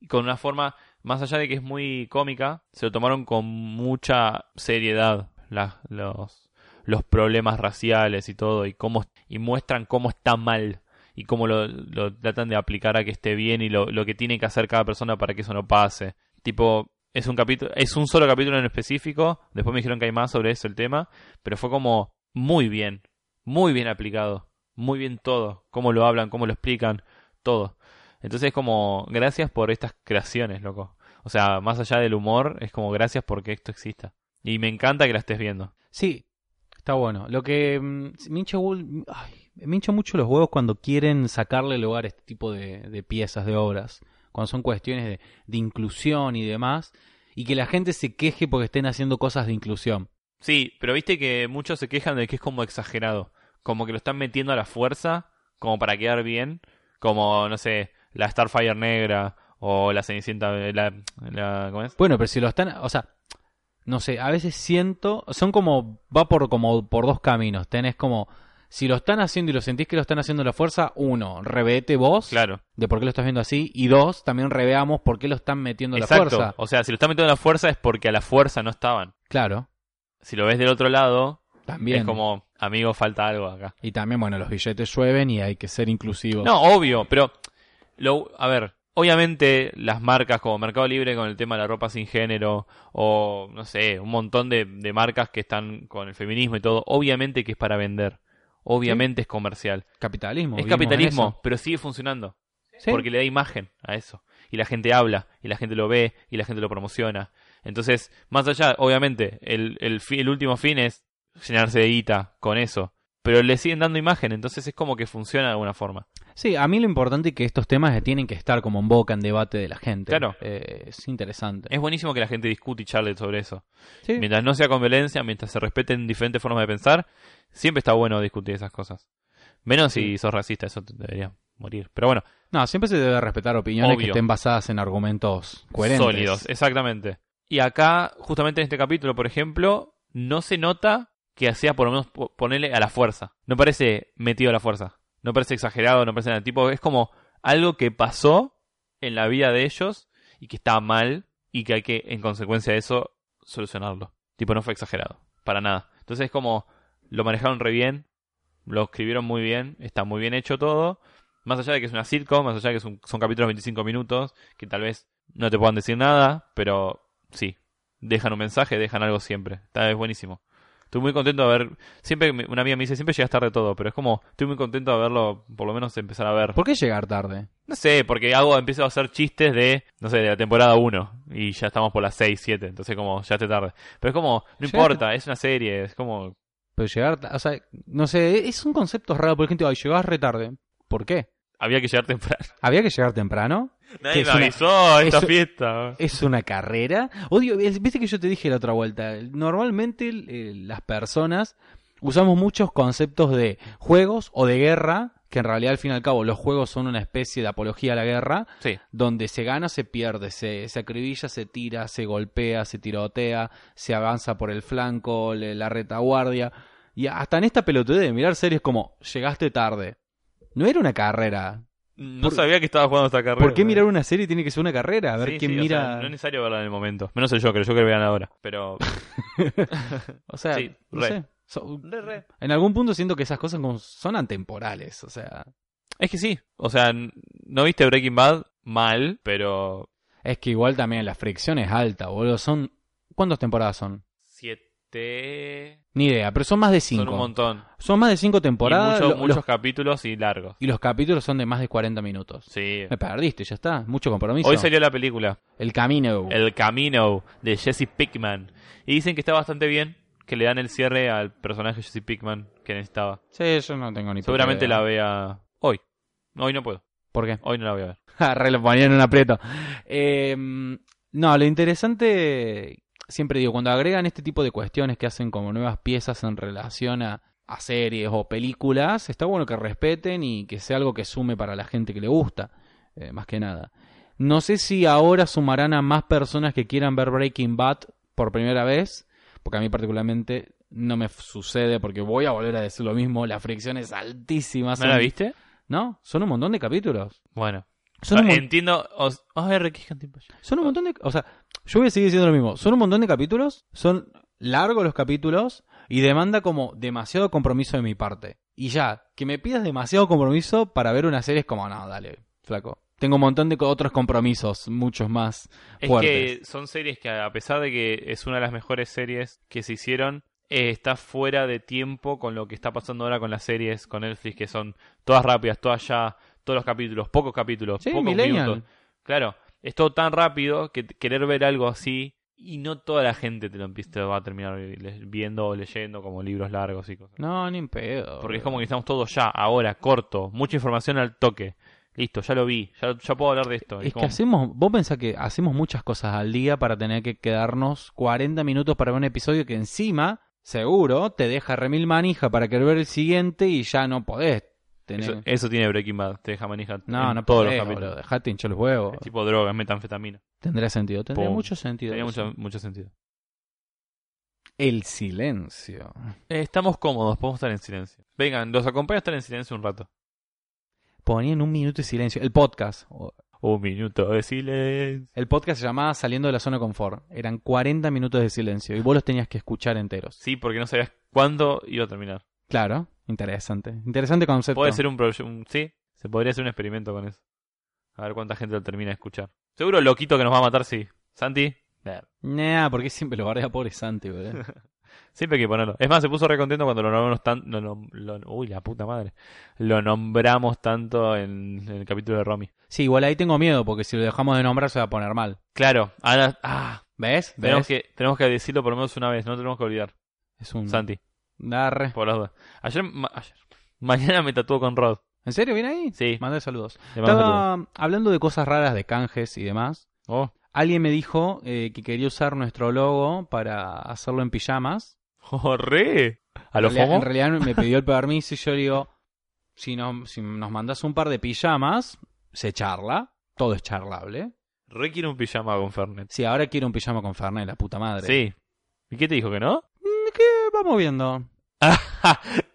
y con una forma, más allá de que es muy cómica, se lo tomaron con mucha seriedad la- los, los problemas raciales y todo, y, cómo, y muestran cómo está mal y cómo lo, lo tratan de aplicar a que esté bien y lo, lo que tiene que hacer cada persona para que eso no pase. Tipo, es un capítulo, es un solo capítulo en específico, después me dijeron que hay más sobre eso el tema, pero fue como muy bien, muy bien aplicado, muy bien todo, cómo lo hablan, cómo lo explican, todo. Entonces como, gracias por estas creaciones, loco. O sea, más allá del humor, es como gracias porque esto exista. Y me encanta que la estés viendo. Sí, está bueno. Lo que mm, me hincha bol- ay, me hincha mucho los huevos cuando quieren sacarle lugar a este tipo de, de piezas, de obras, cuando son cuestiones de, de inclusión y demás, y que la gente se queje porque estén haciendo cosas de inclusión. Sí, pero viste que muchos se quejan de que es como exagerado. Como que lo están metiendo a la fuerza, como para quedar bien. Como, no sé, la Starfire negra o la Cenicienta. La, la- ¿Cómo es? Bueno, pero si lo están, o sea, no sé, a veces siento, son como, va por como por dos caminos, tenés como, si lo están haciendo y lo sentís que lo están haciendo a la fuerza, uno, revete vos Claro. de por qué lo estás viendo así, y dos, también reveamos por qué lo están metiendo a la Exacto. fuerza. O sea, si lo están metiendo a la fuerza es porque a la fuerza no estaban. Claro, Si lo ves del otro lado, también. es como, amigo, falta algo acá. Y también, bueno, los billetes llueven y hay que ser inclusivos. No, obvio, pero lo, a ver, obviamente las marcas como Mercado Libre con el tema de la ropa sin género o no sé, un montón de, de marcas que están con el feminismo y todo, obviamente que es para vender, obviamente es comercial, Capitalismo. es vivimos en capitalismo, eso. pero sigue funcionando Sí. porque le da imagen a eso y la gente habla y la gente lo ve y la gente lo promociona. Entonces, más allá, obviamente, el, el, fi- el último fin es llenarse de guita con eso. Pero le siguen dando imagen, entonces es como que funciona de alguna forma. Sí, a mí lo importante es que estos temas tienen que estar como en boca, en debate de la gente. Claro. Eh, es interesante. Es buenísimo que la gente discute y charle sobre eso. Sí. Mientras no sea con violencia, mientras se respeten diferentes formas de pensar, siempre está bueno discutir esas cosas. Menos si sos racista, eso te debería morir. Pero bueno, No, siempre se debe respetar opiniones que Obvio. estén basadas en argumentos coherentes. sólidos, exactamente. Y acá, justamente en este capítulo, por ejemplo, no se nota que sea por lo menos po- ponerle a la fuerza. No parece metido a la fuerza. No parece exagerado, no parece nada. Tipo, es como algo que pasó en la vida de ellos y que está mal y que hay que, en consecuencia de eso, solucionarlo. Tipo, no fue exagerado, para nada. Entonces es como, lo manejaron re bien, lo escribieron muy bien, está muy bien hecho todo. Más allá de que es una sitcom, más allá de que es un- son capítulos de 25 minutos, que tal vez no te puedan decir nada, pero sí, dejan un mensaje, dejan algo siempre. Está, es buenísimo. Estoy muy contento de ver. Siempre me- una amiga me dice, siempre llegas tarde a todo, pero es como, estoy muy contento de verlo, por lo menos empezar a ver. ¿Por qué llegar tarde? No sé, porque hago, empiezo a hacer chistes de, no sé, de la temporada 1 y ya estamos por las 6, 7, entonces como ya te tarde. Pero es como, no Llegaste. importa, es una serie, es como, Pero llegar, ta- o sea, no sé, es un concepto raro porque gente, ay, llegás re tarde. ¿Por qué? había que llegar temprano. ¿Había que llegar temprano? Nadie es me una- [laughs] avisó esta es- fiesta. ¿Es una carrera? Odio, es- viste que yo te dije la otra vuelta, normalmente eh, las personas usamos muchos conceptos de juegos o de guerra, que en realidad al fin y al cabo los juegos son una especie de apología a la guerra, Sí, donde se gana, se pierde, se, se acribilla, se tira, se golpea, se tirotea, se avanza por el flanco, le- la retaguardia. Y hasta en esta pelotudez de mirar series como llegaste tarde. No era una carrera. no Por- sabía que estaba jugando esta carrera. ¿Por qué mirar una serie tiene que ser una carrera? A ver Sí, quién sí, o mira. sea, no es necesario verla en el momento. Menos el Joker, el Joker vean ahora. [laughs] Pero. O sea, Sí, no re. sé. So- Re, re. en algún punto siento que esas cosas como son atemporales. O sea, Es que sí. O sea, n- no viste Breaking Bad mal, pero. es que igual también la fricción es alta, boludo. Son. ¿Cuántas temporadas son? Siete. Ni idea, pero son más de Son un cinco. Son, montón. más de cinco Y temporadas. muchos, lo- muchos los- capítulos y largos. y los capítulos son de más de 40 minutos. Sí. Me perdiste, ya está. Mucho compromiso. Hoy salió la película. El camino. El Camino de Jesse Pickman. Y dicen que está bastante bien, que le dan el cierre al personaje Jesse Pickman que necesitaba. Sí, yo no tengo ni puta Seguramente idea. la vea hoy. Hoy no puedo. ¿Por qué? Hoy no la voy a ver. [laughs] Re lo ponía en un aprieto. Eh, no, lo interesante, siempre digo, cuando agregan este tipo de cuestiones que hacen como nuevas piezas en relación a, a series o películas, está bueno que respeten y que sea algo que sume para la gente que le gusta, eh, más que nada. No sé si ahora sumarán a más personas que quieran ver Breaking Bad por primera vez, porque a mí particularmente no me sucede, porque voy a volver a decir lo mismo, la fricción es altísima. ¿No son- la viste? No, son un montón de capítulos. Bueno. Ah, Son eh, un, mon- Entiendo. os- A ver, ¿qué gente? son un montón de... O sea, yo voy a seguir diciendo lo mismo. Son un montón de capítulos, son largos los capítulos y demanda como demasiado compromiso de mi parte. Y ya, que me pidas demasiado compromiso para ver una serie es como, no, dale, flaco. Tengo un montón de co- otros compromisos, muchos más. Es fuertes. que son series que, a pesar de que es una de las mejores series que se hicieron, eh, está fuera de tiempo con lo que está pasando ahora con las series, con Netflix, que son todas rápidas, todas ya, todos los capítulos, pocos capítulos, Sí, pocos Millennial. minutos. Claro, es todo tan rápido que t- querer ver algo así y no toda la gente te lo empieza, te va a terminar le- viendo o leyendo como libros largos y cosas. No, ni en pedo. Porque es como que estamos todos ya, ahora, corto, mucha información al toque. Listo, ya lo vi, ya, ya puedo hablar de esto. Y Es que como- hacemos, vos pensás que hacemos muchas cosas al día para tener que quedarnos 40 minutos para ver un episodio que encima, seguro, te deja remil manija para querer ver el siguiente y ya no podés tener... Eso, eso tiene Breaking Bad, te deja manija. no, en no todos podés, los capítulos. boludo, dejate hinchar los huevos. Es tipo droga, es metanfetamina. Tendría sentido, tendría Pum. mucho sentido. Tenía eso. mucho, mucho sentido. El silencio. Eh, estamos cómodos, podemos estar en silencio. Vengan, los acompaño a estar en silencio un rato. Ponían un minuto de silencio. El podcast. o- Un minuto de silencio. El podcast se llamaba Saliendo de la Zona Confort. Eran 40 minutos de silencio y vos los tenías que escuchar enteros. Sí, porque no sabías cuándo iba a terminar. Claro, interesante. Interesante concepto. Puede ser un proyecto. Sí, se podría hacer un experimento con eso. A ver cuánta gente lo termina de escuchar. Seguro el loquito que nos va a matar, sí. Santi, Nah, porque siempre lo bardea pobre Santi, boludo. siempre hay que ponerlo. Es más, se puso re contento cuando lo nombramos tan. lo nom- lo- uy, la puta madre. Lo nombramos tanto en, en el capítulo de Romy. Sí, igual ahí tengo miedo porque si lo dejamos de nombrar se va a poner mal. Claro, ahora. Ah, ¿Ves? ¿Ves? Tenemos que, tenemos que decirlo por lo menos una vez, no tenemos que olvidar. Es un... Santi, Darre. por las dudas. Ayer, ma- ayer- mañana me tatuó con Rod. ¿En serio viene ahí? Sí, Mandé saludos. le mando saludos. Estaba hablando de cosas raras, de canjes y demás. Oh, [laughs] Alguien me dijo eh, que quería usar nuestro logo para hacerlo en pijamas. oh, re. ¿A los En realidad- FOMO? En realidad me pidió el permiso y yo le digo, si, no- si nos mandas un par de pijamas, se charla. Todo es charlable. Re quiero un pijama con Fernet. Si ahora quiero un pijama con Fernet, la puta madre. Sí. ¿Y qué te dijo que no? Eh, Vamos viendo.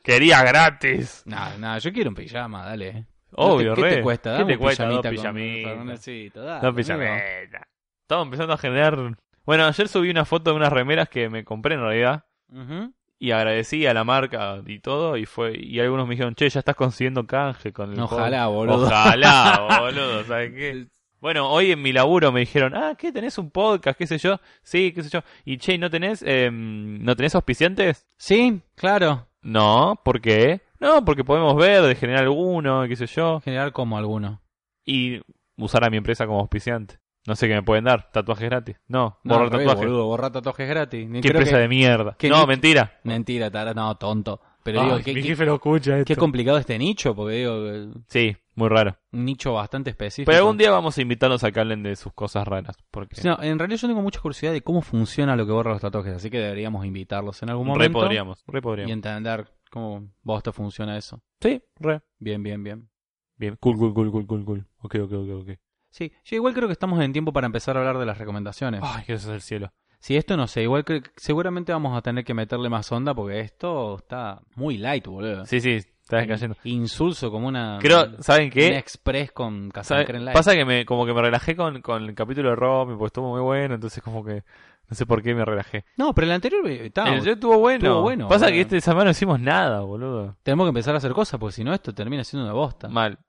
Quería gratis. Nada, nada, yo quiero un pijama, dale. Obvio, ¿Qué te- re. ¿Qué te cuesta? ¿Qué Dame te un cuesta? Dos pijamita con- pijamitas. Fernecito, dale, Dos amigo. pijamitas. Estamos empezando a generar. Bueno, ayer subí una foto de unas remeras que me compré en realidad. Ujú. Y agradecí a la marca y todo, y fue, y algunos me dijeron, che, ya estás consiguiendo canje con el Ojalá, juego". boludo. [laughs] Ojalá, boludo, ¿sabes qué? Bueno, hoy en mi laburo me dijeron, ah, ¿qué tenés un podcast? ¿Qué sé yo? Sí, qué sé yo. Y che, ¿no tenés, em, ¿no tenés auspiciantes? Sí, claro. No, ¿por qué? No, porque podemos ver, de generar alguno, qué sé yo, Generar como alguno. y usar a mi empresa como auspiciante. No sé qué me pueden dar, tatuajes gratis. No, No, borrar al revés, tatuajes. boludo, borrar tatuajes gratis. Ni Qué creo empresa que- de mierda. que no, ni- mentira. Mentira, tara, no, tonto. Pero digo, Ay, qué, Ah, mi qué- jefe lo escucha qué esto. complicado este nicho, porque digo, eh, Sí, muy raro. un nicho bastante específico. Pero algún día vamos a invitarlos a que hablen de sus cosas raras. Porque Sí, no, en realidad yo tengo mucha curiosidad de cómo funciona lo que borra los tatuajes, así que deberíamos invitarlos en algún re momento podríamos. Re y podríamos. entender cómo bosta funciona eso. Sí, re. Bien, bien, bien. Bien. Cool, cool, cool, cool, cool, cool. Ok, ok, ok, ok. Sí, yo igual creo que estamos en tiempo para empezar a hablar de las recomendaciones. Ay, que es el cielo. Si esto no sé, igual que seguramente vamos a tener que meterle más onda porque esto está muy light, boludo. Sí, sí, está descayendo. Insulso como una Creo, ¿saben un qué? express con ¿Saben? Casacre en light. Pasa que me, como que me relajé con, con el capítulo de Robin, porque estuvo muy bueno, entonces como que no sé por qué me relajé. No, pero el anterior eh, está, el yo estuvo bueno. estuvo bueno, Pasa boludo. que este semana no hicimos nada, boludo. tenemos que empezar a hacer cosas porque si no esto termina siendo una bosta. Mal.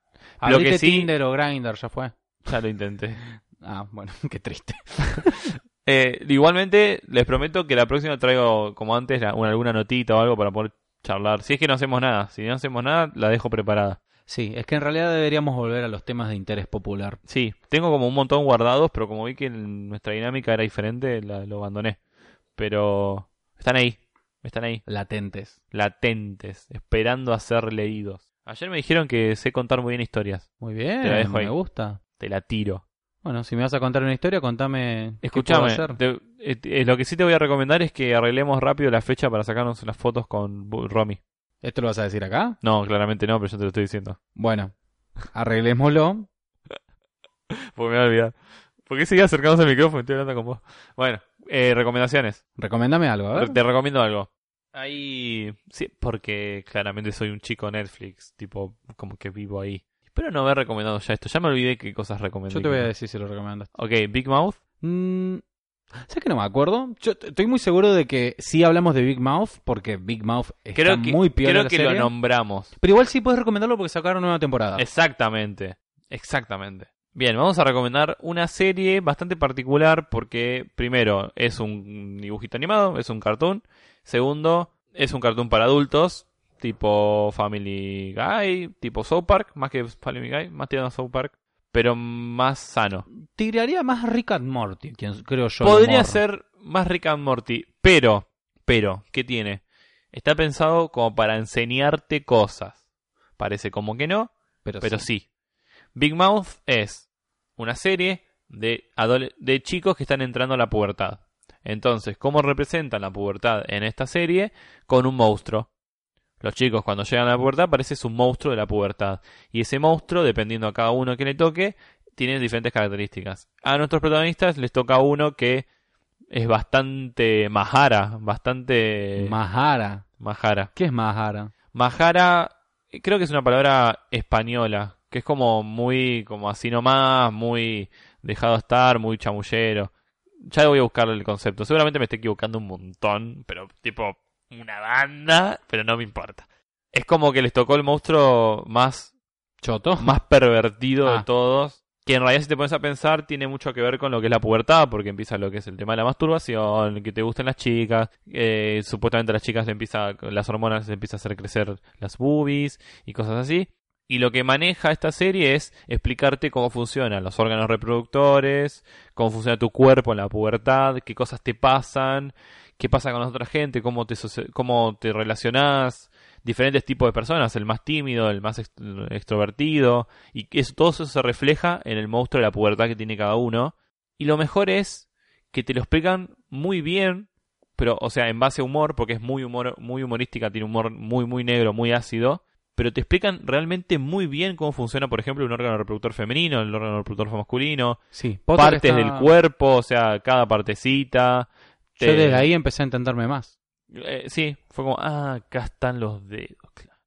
Lo Abrite que sí, Tinder o Grindr, ya fue. ya lo intenté. [laughs] Ah, bueno, qué triste. Eh, igualmente, les prometo que la próxima traigo, como antes, la- una- alguna notita o algo para poder charlar. Si es que no hacemos nada, si no hacemos nada, la dejo preparada. Sí, es que en realidad deberíamos volver a los temas de interés popular. Sí, tengo como un montón guardados, pero como vi que el- nuestra dinámica era diferente, la- lo abandoné. Pero están ahí, están ahí, Latentes. latentes, esperando a ser leídos. Ayer me dijeron que sé contar muy bien historias. Muy bien, Te la dejo me ahí. gusta. Te la tiro. Bueno, si me vas a contar una historia, contame qué puedo Escúchame, hacer. te- eh, eh, lo que sí te voy a recomendar es que arreglemos rápido la fecha para sacarnos las fotos con Bu- Romy. ¿Esto lo vas a decir acá? No, claramente no, pero yo te lo estoy diciendo. [laughs] Bueno, arreglémoslo. Porque me voy a olvidar. ¿Por qué seguía acercándose al micrófono? Estoy hablando con vos. Bueno, eh, recomendaciones. Recomiéndame algo, a ver. Te recomiendo algo. Ahí. Sí, porque claramente soy un chico Netflix, tipo, como que vivo ahí. Espero no haber recomendado ya esto. Ya me olvidé qué cosas recomendé. Yo te voy a decir si lo recomiendas. Ok, Big Mouth. Mm, ¿Sabes que no me acuerdo? Yo t- estoy muy seguro de que sí hablamos de Big Mouth, porque Big Mouth está Creo que, muy piola creo la que serie. lo nombramos. Pero igual sí puedes recomendarlo porque sacaron nueva temporada. Exactamente. Exactamente. Bien, vamos a recomendar una serie bastante particular porque, primero, es un dibujito animado, es un cartoon. Segundo, es un cartoon para adultos, tipo Family Guy, tipo South Park, más que Family Guy, más tirando a South Park, pero más sano. Tiraría más Rick and Morty, quien- creo yo. Podría humor. ser más Rick and Morty, pero, pero, ¿qué tiene? Está pensado como para enseñarte cosas. Parece como que no, pero, pero sí. sí. Big Mouth es una serie de, adole- de chicos que están entrando a la pubertad. Entonces, ¿cómo representan la pubertad en esta serie? Con un monstruo. Los chicos cuando llegan a la pubertad parece un monstruo de la pubertad. Y ese monstruo, dependiendo a cada uno que le toque, tiene diferentes características. A nuestros protagonistas les toca uno que es bastante majara, bastante Mahara. majara. ¿Qué es Mahara? Majara, creo que es una palabra española, que es como muy, como así nomás, muy dejado estar, muy chamullero. Ya voy a buscar el concepto. Seguramente me esté equivocando un montón, pero tipo una banda, pero no me importa. Es como que les tocó el monstruo más, ¿Choto? [laughs] más pervertido de Ah. todos. Que en realidad si te pones a pensar tiene mucho que ver con lo que es la pubertad, porque empieza lo que es el tema de la masturbación, que te gusten las chicas, eh, supuestamente a las chicas le empieza, las hormonas le empieza a hacer crecer las boobies y cosas así. Y lo que maneja esta serie es explicarte cómo funcionan los órganos reproductores, cómo funciona tu cuerpo en la pubertad, qué cosas te pasan, qué pasa con la otra gente, cómo te, socia- cómo te relacionás, diferentes tipos de personas, el más tímido, el más ext- extrovertido, y que eso- todo eso se refleja en el monstruo de la pubertad que tiene cada uno. Y lo mejor es que te lo explican muy bien, pero, o sea, en base a humor, porque es muy, humor, muy humorística, tiene humor muy, muy negro, muy ácido. Pero te explican realmente muy bien cómo funciona, por ejemplo, un órgano reproductor femenino, el órgano reproductor masculino, sí. partes del cuerpo, o sea, cada partecita. Yo te- desde ahí empecé a entenderme más. eh, sí, fue como, ah, acá están los dedos, claro.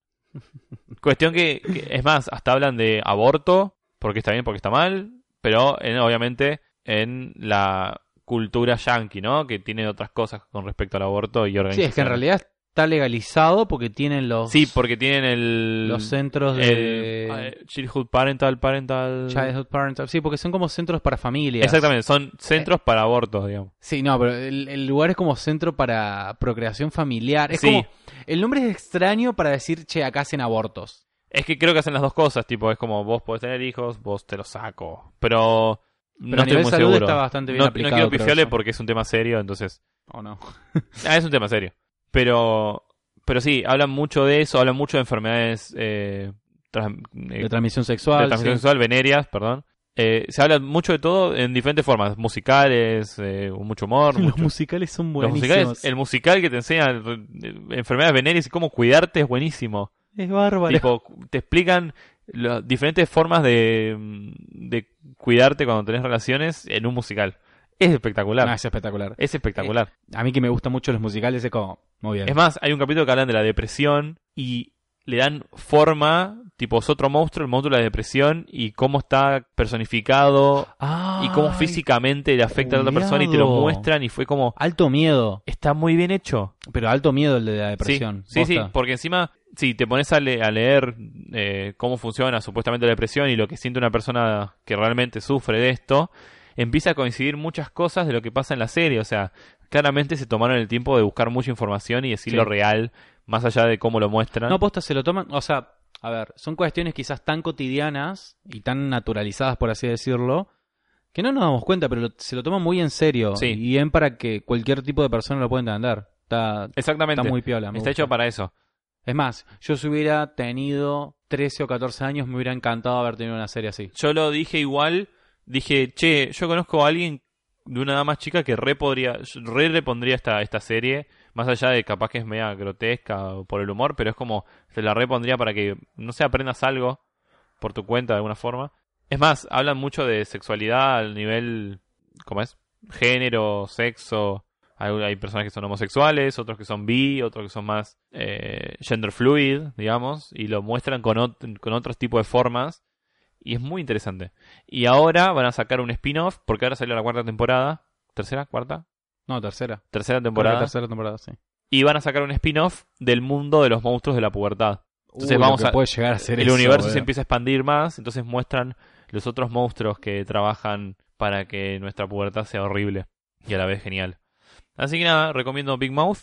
Cuestión que, que- es más, hasta hablan de aborto, porque está bien, porque está mal, pero en- obviamente en la cultura yankee, ¿no? Que tiene otras cosas con respecto al aborto y Sí, organización. es que en realidad está legalizado porque tienen los, Sí, porque tienen el... los centros de el ah, eh, Childhood Parental, Parental... Childhood Parental. Sí, porque son como centros para familias. Exactamente, son centros para abortos, digamos. Sí, no, pero el, el lugar es como centro para procreación familiar. Es Sí. como. El nombre es extraño para decir, che, acá hacen abortos. Es que creo que hacen las dos cosas, tipo, es como vos podés tener hijos, vos te los saco. Pero, no a estoy nivel muy salud seguro. está bastante bien no, no aplicado, quiero creo pifiarle yo. porque es un tema serio, entonces. ¿O no? Ah, es un tema serio. Pero, pero sí, hablan mucho de eso, hablan mucho de enfermedades eh, trans- eh, De de transmisión sexual. transmisión sí. sexual, venerias, perdón. Eh, se habla mucho de todo en diferentes formas, musicales, eh, mucho [laughs] humor, Los mucho- musicales son los buenísimos. musicales, el musical que te enseña eh, enfermedades venéreas y cómo cuidarte es buenísimo. Es bárbaro. Tipo, te explican las diferentes formas de, de cuidarte cuando tenés relaciones en un musical. Es espectacular. No, es espectacular. Es espectacular. A mí que me gustan mucho los musicales es como. Muy bien. Es más, hay un capítulo que hablan de la depresión y le dan forma, tipo es otro monstruo, el monstruo de la depresión y cómo está personificado Ah. y cómo Ay, físicamente le afecta a la otra persona y te lo cuidado. muestran y fue como, Alto miedo. está muy bien hecho. Pero alto miedo el de la depresión. Sí, sí, sí, Posta. porque encima, si te pones a, le- a leer eh, cómo funciona supuestamente la depresión y lo que siente una persona que realmente sufre de esto, empieza a coincidir muchas cosas de lo que pasa en la serie. O sea, claramente se tomaron el tiempo de buscar mucha información y decir Sí. lo real, más allá de cómo lo muestran. No, posta, se lo toman. O sea, a ver, son cuestiones quizás tan cotidianas y tan naturalizadas, por así decirlo, que no nos damos cuenta, pero lo- se lo toman muy en serio. Sí. Y bien para que cualquier tipo de persona lo pueda entender. Está, Exactamente. está muy piola. me Está gusta. hecho para eso. Es más, yo si hubiera tenido 13 o 14 años, me hubiera encantado haber tenido una serie así. Yo lo dije igual, dije, che, yo conozco a alguien de una edad más chica que re podría, re le pondría esta, esta serie Más allá de capaz que es media grotesca por el humor, pero es como se la repondría para que, no sé, aprendas algo por tu cuenta de alguna forma. Es más, hablan mucho de sexualidad al nivel, ¿cómo es? Género, sexo. Hay, hay personas que son homosexuales, otros que son bi, otros que son más eh, gender fluid, digamos, y lo muestran con, ot- con otros tipos de formas. Y es muy interesante. Y ahora van a sacar un spin-off, porque ahora salió la cuarta temporada. ¿Tercera? ¿Cuarta? No, tercera. Tercera Creo que temporada. tercera temporada, sí. Y van a sacar un spin-off del mundo de los monstruos de la pubertad. Entonces Uy, vamos lo que a- puede llegar a ser el eso, universo se boludo. empieza a expandir más, entonces muestran los otros monstruos que trabajan para que nuestra pubertad sea horrible y a la vez genial. Así que nada, recomiendo Big Mouth.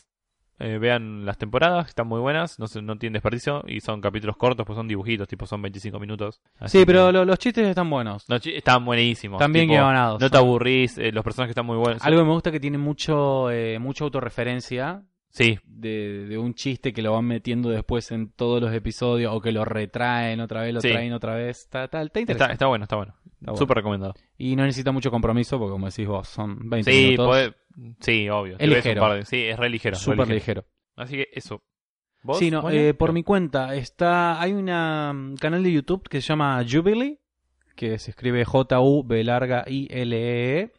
Eh, vean las temporadas, están muy buenas, no, se- no tienen desperdicio y son capítulos cortos, pues son dibujitos, tipo son 25 minutos. Así Sí, que- pero lo- los chistes están buenos. No, chi- están buenísimos. Están bien tipo, guionados. No te aburrís, eh, los personajes están muy buenos. Algo que me gusta que tiene mucho, eh, mucha autorreferencia Sí, de, de un chiste que lo van metiendo después en todos los episodios o que lo retraen otra vez, lo Sí. traen otra vez. Está, está, está está, interesante. está bueno, está bueno. Está bueno. Súper recomendado. Y no necesita mucho compromiso porque, como decís vos, son 20 Sí, minutos. podés- sí, obvio. te Es ves un ligero. par de- sí, es re ligero. re Súper ligero. ligero. Así que eso. ¿Vos, Sí, no, Moño? eh, por mi cuenta está, hay una mm, canal de YouTube que se llama Jubilee, que se escribe J U B larga I L E. E.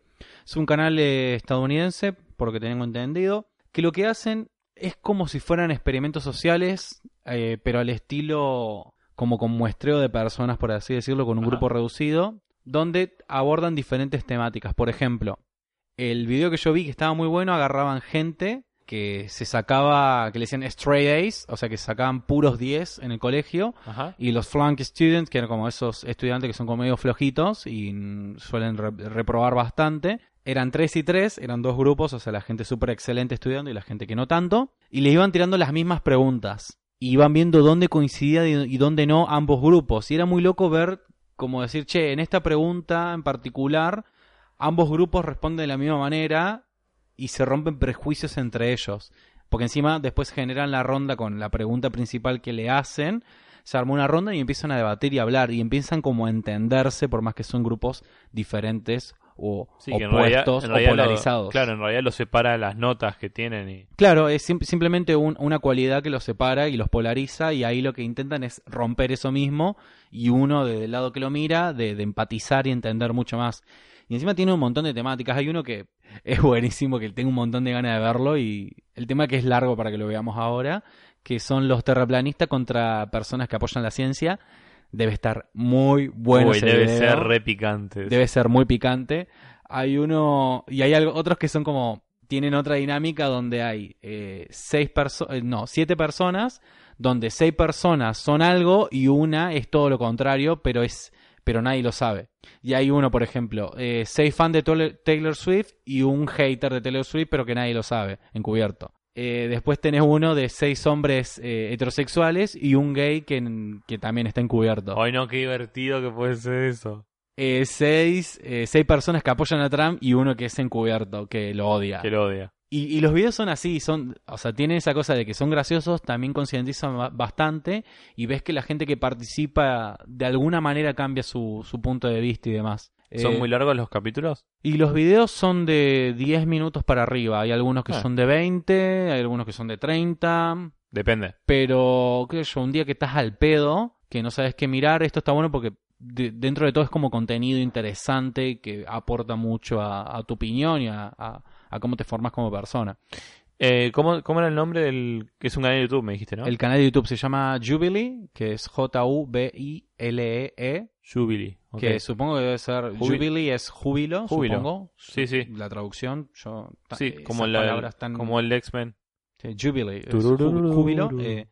Es un canal eh, estadounidense, por lo que tengo entendido, que lo que hacen es como si fueran experimentos sociales, eh, pero al estilo como con muestreo de personas, por así decirlo, con un Ajá. grupo reducido, donde abordan diferentes temáticas. Por ejemplo, el video que yo vi que estaba muy bueno, agarraban gente que se sacaba, que le decían stray A's, o sea que sacaban puros 10 en el colegio, Ajá. y los flunk students, que eran como esos estudiantes que son como medio flojitos y mm, suelen re- reprobar bastante, eran tres y tres, eran dos grupos, o sea, la gente súper excelente estudiando y la gente que no tanto, y les iban tirando las mismas preguntas. Y iban viendo dónde coincidía y y dónde no ambos grupos. Y era muy loco ver, como decir, che, en esta pregunta en particular, ambos grupos responden de la misma manera y se rompen prejuicios entre ellos. Porque encima después generan la ronda con la pregunta principal que le hacen se armó una ronda y empiezan a debatir y hablar y empiezan como a entenderse por más que son grupos diferentes o Sí, que en realidad, opuestos en realidad o lo- polarizados. claro, en realidad lo separa las notas que tienen y Claro, es sim- simplemente un- una cualidad que los separa y los polariza y ahí lo que intentan es romper eso mismo y uno desde el lado que lo mira de, de empatizar y entender mucho más. Y encima tiene un montón de temáticas. Hay uno que [laughs] es buenísimo, que tengo un montón de ganas de verlo y el tema que es largo para que lo veamos ahora, que son los terraplanistas contra personas que apoyan la ciencia. Debe estar muy bueno. Uy, ese debe video. ser re picante. Debe ser muy picante. Hay uno. Y hay algo- otros que son como. Tienen otra dinámica donde hay eh, seis personas. No, siete personas. Donde seis personas son algo y una es todo lo contrario, pero es. Pero nadie lo sabe. Y hay uno, por ejemplo, eh, seis fan de Tole- Taylor Swift y un hater de Taylor Swift, pero que nadie lo sabe, encubierto. Eh, después tenés uno de seis hombres eh, heterosexuales y un gay que, que también está encubierto. Ay no, qué divertido que puede ser eso. Eh, seis, eh, seis personas que apoyan a Trump y uno que es encubierto, que lo odia. Que lo odia. Y, y los videos son así, son, o sea, tienen esa cosa de que son graciosos, también concientizan ba- bastante y ves que la gente que participa de alguna manera cambia su, su punto de vista y demás. ¿Son Eh, muy largos los capítulos? y los videos son de 10 minutos para arriba, hay algunos que Ah. son de 20, hay algunos que son de 30, Depende. pero creo yo, un día que estás al pedo, que no sabes qué mirar, esto está bueno porque de- dentro de todo es como contenido interesante que aporta mucho a, a tu opinión y a, a- a cómo te formas como persona. Eh, ¿cómo, ¿Cómo era el nombre del... que es un canal de YouTube, me dijiste, ¿no? El canal de YouTube se llama Jubilee, que es J-U-B-I-L-E-E, Jubilee. ok. E que supongo que debe ser Jubi- Jubilee es júbilo, Júbilo. supongo. Sí, sí. La traducción, yo... Sí, esas como, la, palabras tan- como el X-Men. Sí, Jubilee, es Tururururu. ju- júbilo, eh,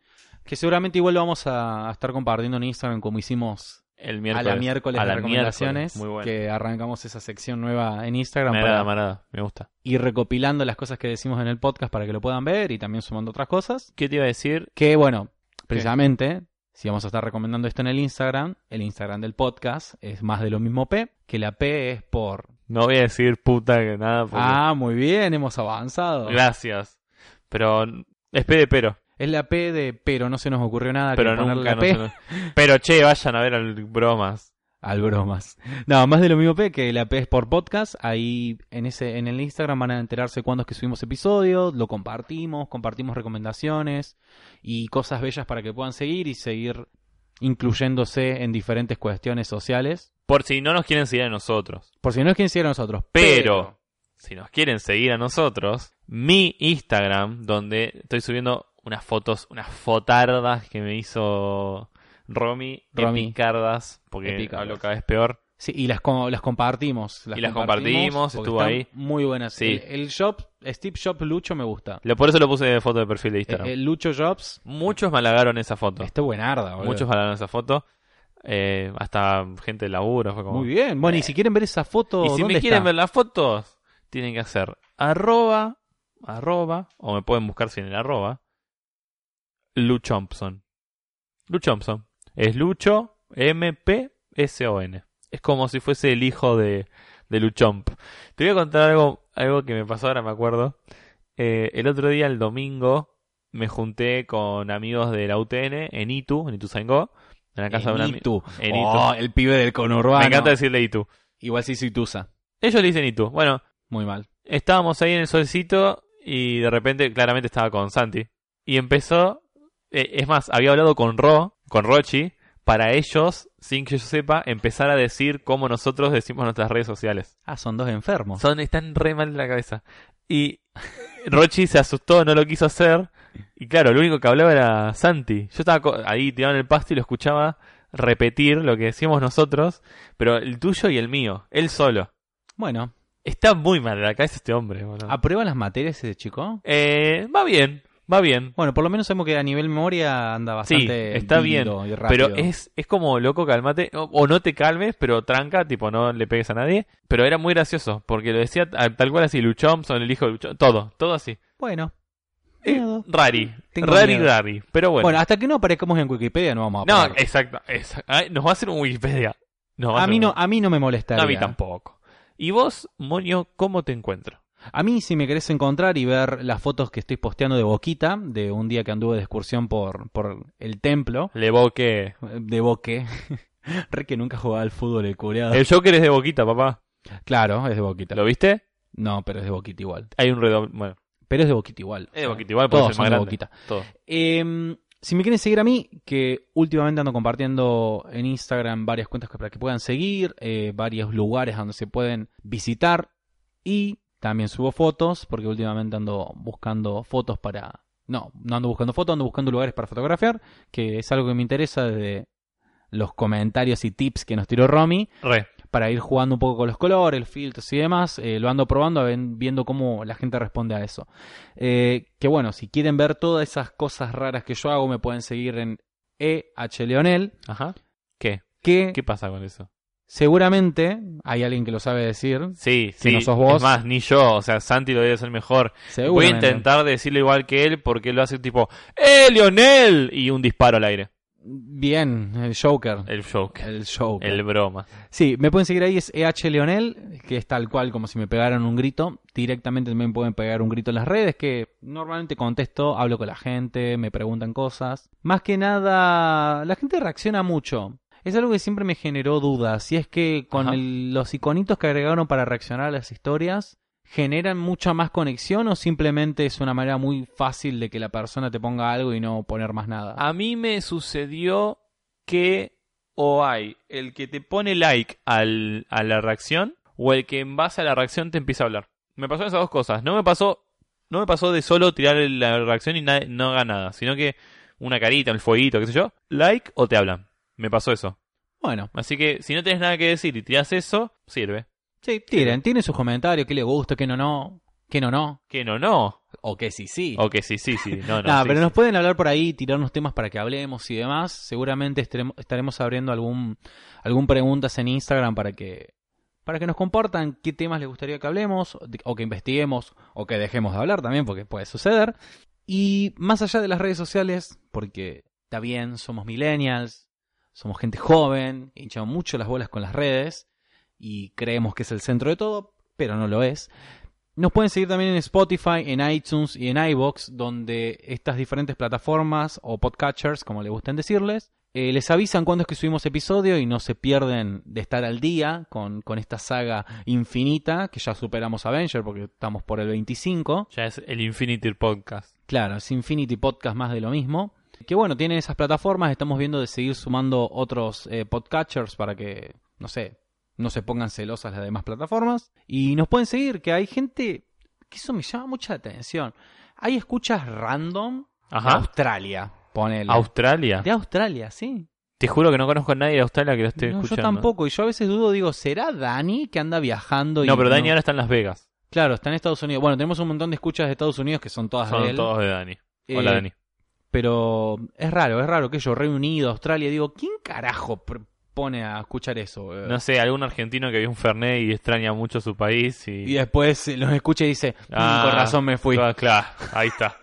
que seguramente igual lo vamos a- a estar compartiendo en Instagram como hicimos El miércoles. a la miércoles A de la recomendaciones, miércoles, Muy bueno. que arrancamos esa sección nueva en Instagram Me para agrada, me agrada, me gusta. ir recopilando las cosas que decimos en el podcast para que lo puedan ver y también sumando otras cosas. ¿Qué te iba a decir? Que bueno, precisamente, si vamos a estar recomendando esto en el Instagram, el Instagram del podcast es más de lo mismo P, que la P es por... No voy a decir puta que nada. porque- Ah, muy bien, hemos avanzado. Gracias. Pero es P de pero. Es la P de pero no se nos ocurrió nada Pero Ah, que poner nunca la no P. se nos- Pero che, vayan a ver al bromas. Al bromas. [laughs] No, más de lo mismo P que la P es por podcast. Ahí en ese, en el Instagram van a enterarse cuándo es que subimos episodios, lo compartimos, compartimos recomendaciones y cosas bellas para que puedan seguir y seguir incluyéndose en diferentes cuestiones sociales. Por si no nos quieren seguir a nosotros. Por si no es quien sigue a nosotros. Pero, si nos quieren seguir a nosotros, mi Instagram, donde estoy subiendo unas fotos, unas fotardas que me hizo Romy, Romy. epicardas, porque Epicardas. hablo cada vez peor. Sí, y las, co- las compartimos. Y las compartimos, porque estuvo están ahí. Muy buenas. Sí. El, el shop, Steve Shop Lucho me gusta. Lo- Por eso lo puse de foto de perfil de El, Instagram. Eh, el Lucho Jobs Muchos me halagaron esa foto. está buenarda, boludo. Muchos me halagaron esa foto. Eh, hasta gente de laburo. Fue como... Muy bien. Bueno, y si quieren ver esa foto, Eh, Y si ¿dónde me quieren está? ver las fotos, tienen que hacer arroba, arroba, o me pueden buscar sin el arroba, Luchompson. Luchompson. Es Lucho M-P-S-O-N. Es como si fuese el hijo de, de Luchomp. Te voy a contar algo, algo que me pasó ahora, me acuerdo. Eh, el otro día, el domingo, me junté con amigos de la UTN en Itu, en Ituzaingó, en la casa de un En ami- Itu. en Oh, Itu. el pibe del conurbano. Me encanta decirle Itu. Igual sí soy Tusa. Ellos le dicen Itu. Bueno, Muy mal. estábamos ahí en el solcito y de repente claramente estaba con Santi. Y empezó, eh, es más, había hablado con Ro, con Rochi, para ellos, sin que yo sepa, empezar a decir cómo nosotros decimos nuestras redes sociales. Ah, son dos enfermos. Son, están re mal de la cabeza. Y [laughs] Rochi se asustó, no lo quiso hacer. Y claro, lo único que hablaba era Santi. Yo estaba co- ahí tirado en el pasto y lo escuchaba repetir lo que decíamos nosotros, pero el tuyo y el mío, él solo. Bueno, Está muy mal de la cabeza este hombre. boludo. ¿aprueba las materias ese chico? Eh, va bien, va bien. Bueno, por lo menos sabemos que a nivel memoria anda Sí, bastante está lindo y rápido. Pero es, es como loco, calmate. O, o no te calmes, pero tranca, tipo, no le pegues a nadie. Pero era muy gracioso, porque lo decía tal tal cual así: Luchompson, el hijo de Luchomson, todo, todo así. Bueno. Eh, miedo. Rari, Mm, Tengo rari, miedo. rari. Pero Bueno. bueno. hasta que no aparezcamos en Wikipedia no vamos a no, eh, parar. exacto. exacto. Ay, Nos va a hacer un Wikipedia. Nos va a a hacer mí un- no a mí no me molestaría. a mí tampoco. ¿Y vos, Moño, cómo te encuentro? A mí, si me querés encontrar y ver las fotos que estoy posteando de Boquita, de un día que anduve de excursión por, por el templo, eh, Le boque. de Boque. [laughs] Re que nunca jugaba al fútbol el culiado. El Joker es de boquita, papá. Claro, es de Boquita. ¿Lo viste? No, pero es de Boquita igual. Hay un redoble. Bueno, Pero es de Boquita igual. es de boquita, igual puede Todos ser son más de grande. Boquita. Todo. Eh, si me quieren seguir a mí, que últimamente ando compartiendo en Instagram varias cuentas que- para que puedan seguir, eh, varios lugares donde se pueden visitar y también subo fotos porque últimamente ando buscando fotos para... No, no ando buscando fotos, ando buscando lugares para fotografiar, que es algo que me interesa desde los comentarios y tips que nos tiró Romy Re. para ir jugando un poco con los colores, filtros y demás. Eh, lo ando probando, ven- viendo cómo la gente responde a eso. Eh, que bueno, si quieren ver todas esas cosas raras que yo hago, me pueden seguir en EHLeonel, Ajá. ¿Qué? que ¿Qué pasa con eso? seguramente hay alguien que lo sabe decir. Sí, Si sí. no sos vos. Es más, ni yo. O sea, Santi lo debe hacer mejor. Voy a Seguramente. intentar decirlo igual que él porque él lo hace tipo ¡Eh, Lionel! Y un disparo al aire. Bien, el Joker. El joke. El Joker. El broma. Sí, me pueden seguir ahí, es EHLeonel, que es tal cual como si me pegaran un grito. Directamente también pueden pegar un grito en las redes, que normalmente contesto, hablo con la gente, me preguntan cosas. Más que nada, la gente reacciona mucho. Es algo que siempre me generó dudas, y es que con Ajá. el- los iconitos que agregaron para reaccionar a las historias, ¿generan mucha más conexión o simplemente es una manera muy fácil de que la persona te ponga algo y no poner más nada? A mí me sucedió que o hay el que te pone like al, a la reacción o el que en base a la reacción te empieza a hablar. Me pasó esas dos cosas. No me pasó, no me pasó de solo tirar la reacción y na- no haga nada, sino que una carita, un fueguito, qué sé yo, like o te hablan. Me pasó eso. Bueno, Así que si no tenés nada que decir y tirás eso, sirve. sí, tiren, tienen sus comentarios, qué les gusta, qué no, no, qué no, no. Que no, no. O que sí, sí. O que sí, sí, sí. No, no. [laughs] Nah, sí, pero sí. nos pueden hablar por ahí, tirarnos temas para que hablemos y demás. Seguramente estaremo- estaremos abriendo algún, algún preguntas en Instagram para que, para que nos compartan qué temas les gustaría que hablemos, o de- o que investiguemos, o que dejemos de hablar también, porque puede suceder. Y más allá de las redes sociales, porque está bien, somos millennials, somos gente joven, hinchamos mucho las bolas con las redes y creemos que es el centro de todo, pero no lo es. Nos pueden seguir también en Spotify, en iTunes y en iBox, donde estas diferentes plataformas o podcatchers, como le gusten decirles, Eh, les avisan cuándo es que subimos episodio y no se pierden de estar al día con, con esta saga infinita que ya superamos Avenger porque estamos por el 25. Ya es el Infinity Podcast. Claro, es Infinity Podcast más de lo mismo. Que bueno, tienen esas plataformas, estamos viendo de seguir sumando otros eh, podcatchers para que, no sé, no se pongan celosas las demás plataformas. Y nos pueden seguir, que hay gente, que eso me llama mucha atención. Hay escuchas random de Ajá. Australia, ponele. Australia. de Australia, sí. Te juro que no conozco a nadie de Australia que lo esté No, escuchando. yo tampoco, y yo a veces dudo, digo, ¿será Dani que anda viajando? y No, pero Dani ahora está en Las Vegas. Claro, está en Estados Unidos. Bueno, tenemos un montón de escuchas de Estados Unidos que son todas de Son él. todos de Dani. Hola, Eh, Dani. Pero es raro, es raro que yo, Reino Unido, Australia, digo, ¿quién carajo pr- pone a escuchar eso? Eh, No sé, algún argentino que vio un Fernet y extraña mucho su país y... Y después eh, los escucha y dice, "Mm, Ah, con razón me fui. Ah, claro, [laughs] ahí está.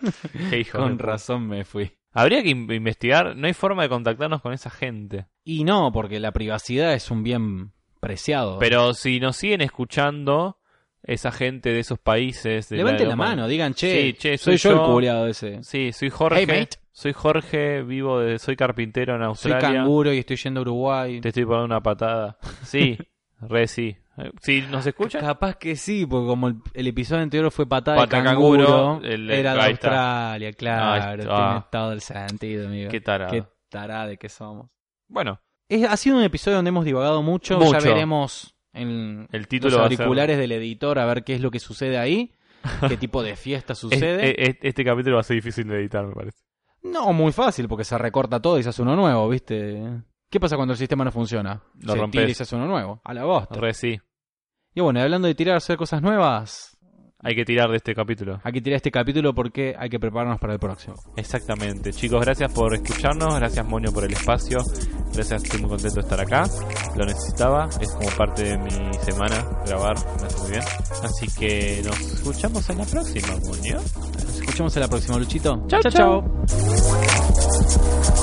Qué hijo de Con puta. razón me fui. Habría que in- investigar, no hay forma de contactarnos con esa gente. Y no, porque la privacidad es un bien preciado. Pero si nos siguen escuchando, esa gente de esos países... De Levanten la, Europa- mano, digan, che, Sí, che, soy, soy yo, yo. el culeado ese. Sí, soy Jorge. Hey, mate. Soy Jorge, vivo de... Soy carpintero en Soy Australia. canguro y estoy yendo a Uruguay. Te estoy poniendo una patada. Sí, [laughs] re sí. Eh, Si nos escuchan, Capaz que sí, porque como el, el episodio anterior fue patada Pata de canguro, canguro, el- era de ahí está. Australia, Ahí claro, está. tiene todo el sentido, amigo. qué tarado. Qué tarade que somos. Bueno, Es- ha sido un episodio donde hemos divagado mucho, ya Mucho. veremos en el título los va a ser- auriculares del editor a ver qué es lo que sucede [laughs] ahí, qué tipo de fiesta Es- sucede. es- es- este capítulo va a ser difícil de editar, me parece. No, muy fácil, porque se recorta todo y se hace uno nuevo, ¿viste? ¿Qué pasa cuando el sistema no funciona? Lo se rompes. tira y se hace uno nuevo, a la bosta. Re sí. Y bueno, y hablando de tirar, hacer cosas nuevas, Hay que tirar de este capítulo. hay que tirar este capítulo porque hay que prepararnos para el próximo. Exactamente. Chicos, gracias por escucharnos. Gracias, Moño, por el espacio. Gracias, estoy muy contento de estar acá. Lo necesitaba. Es como parte de mi semana grabar. Me hace muy bien. Así que nos escuchamos en la próxima, Moño. Nos escuchamos en la próxima, Luchito. Chau, Chau, chau. chau.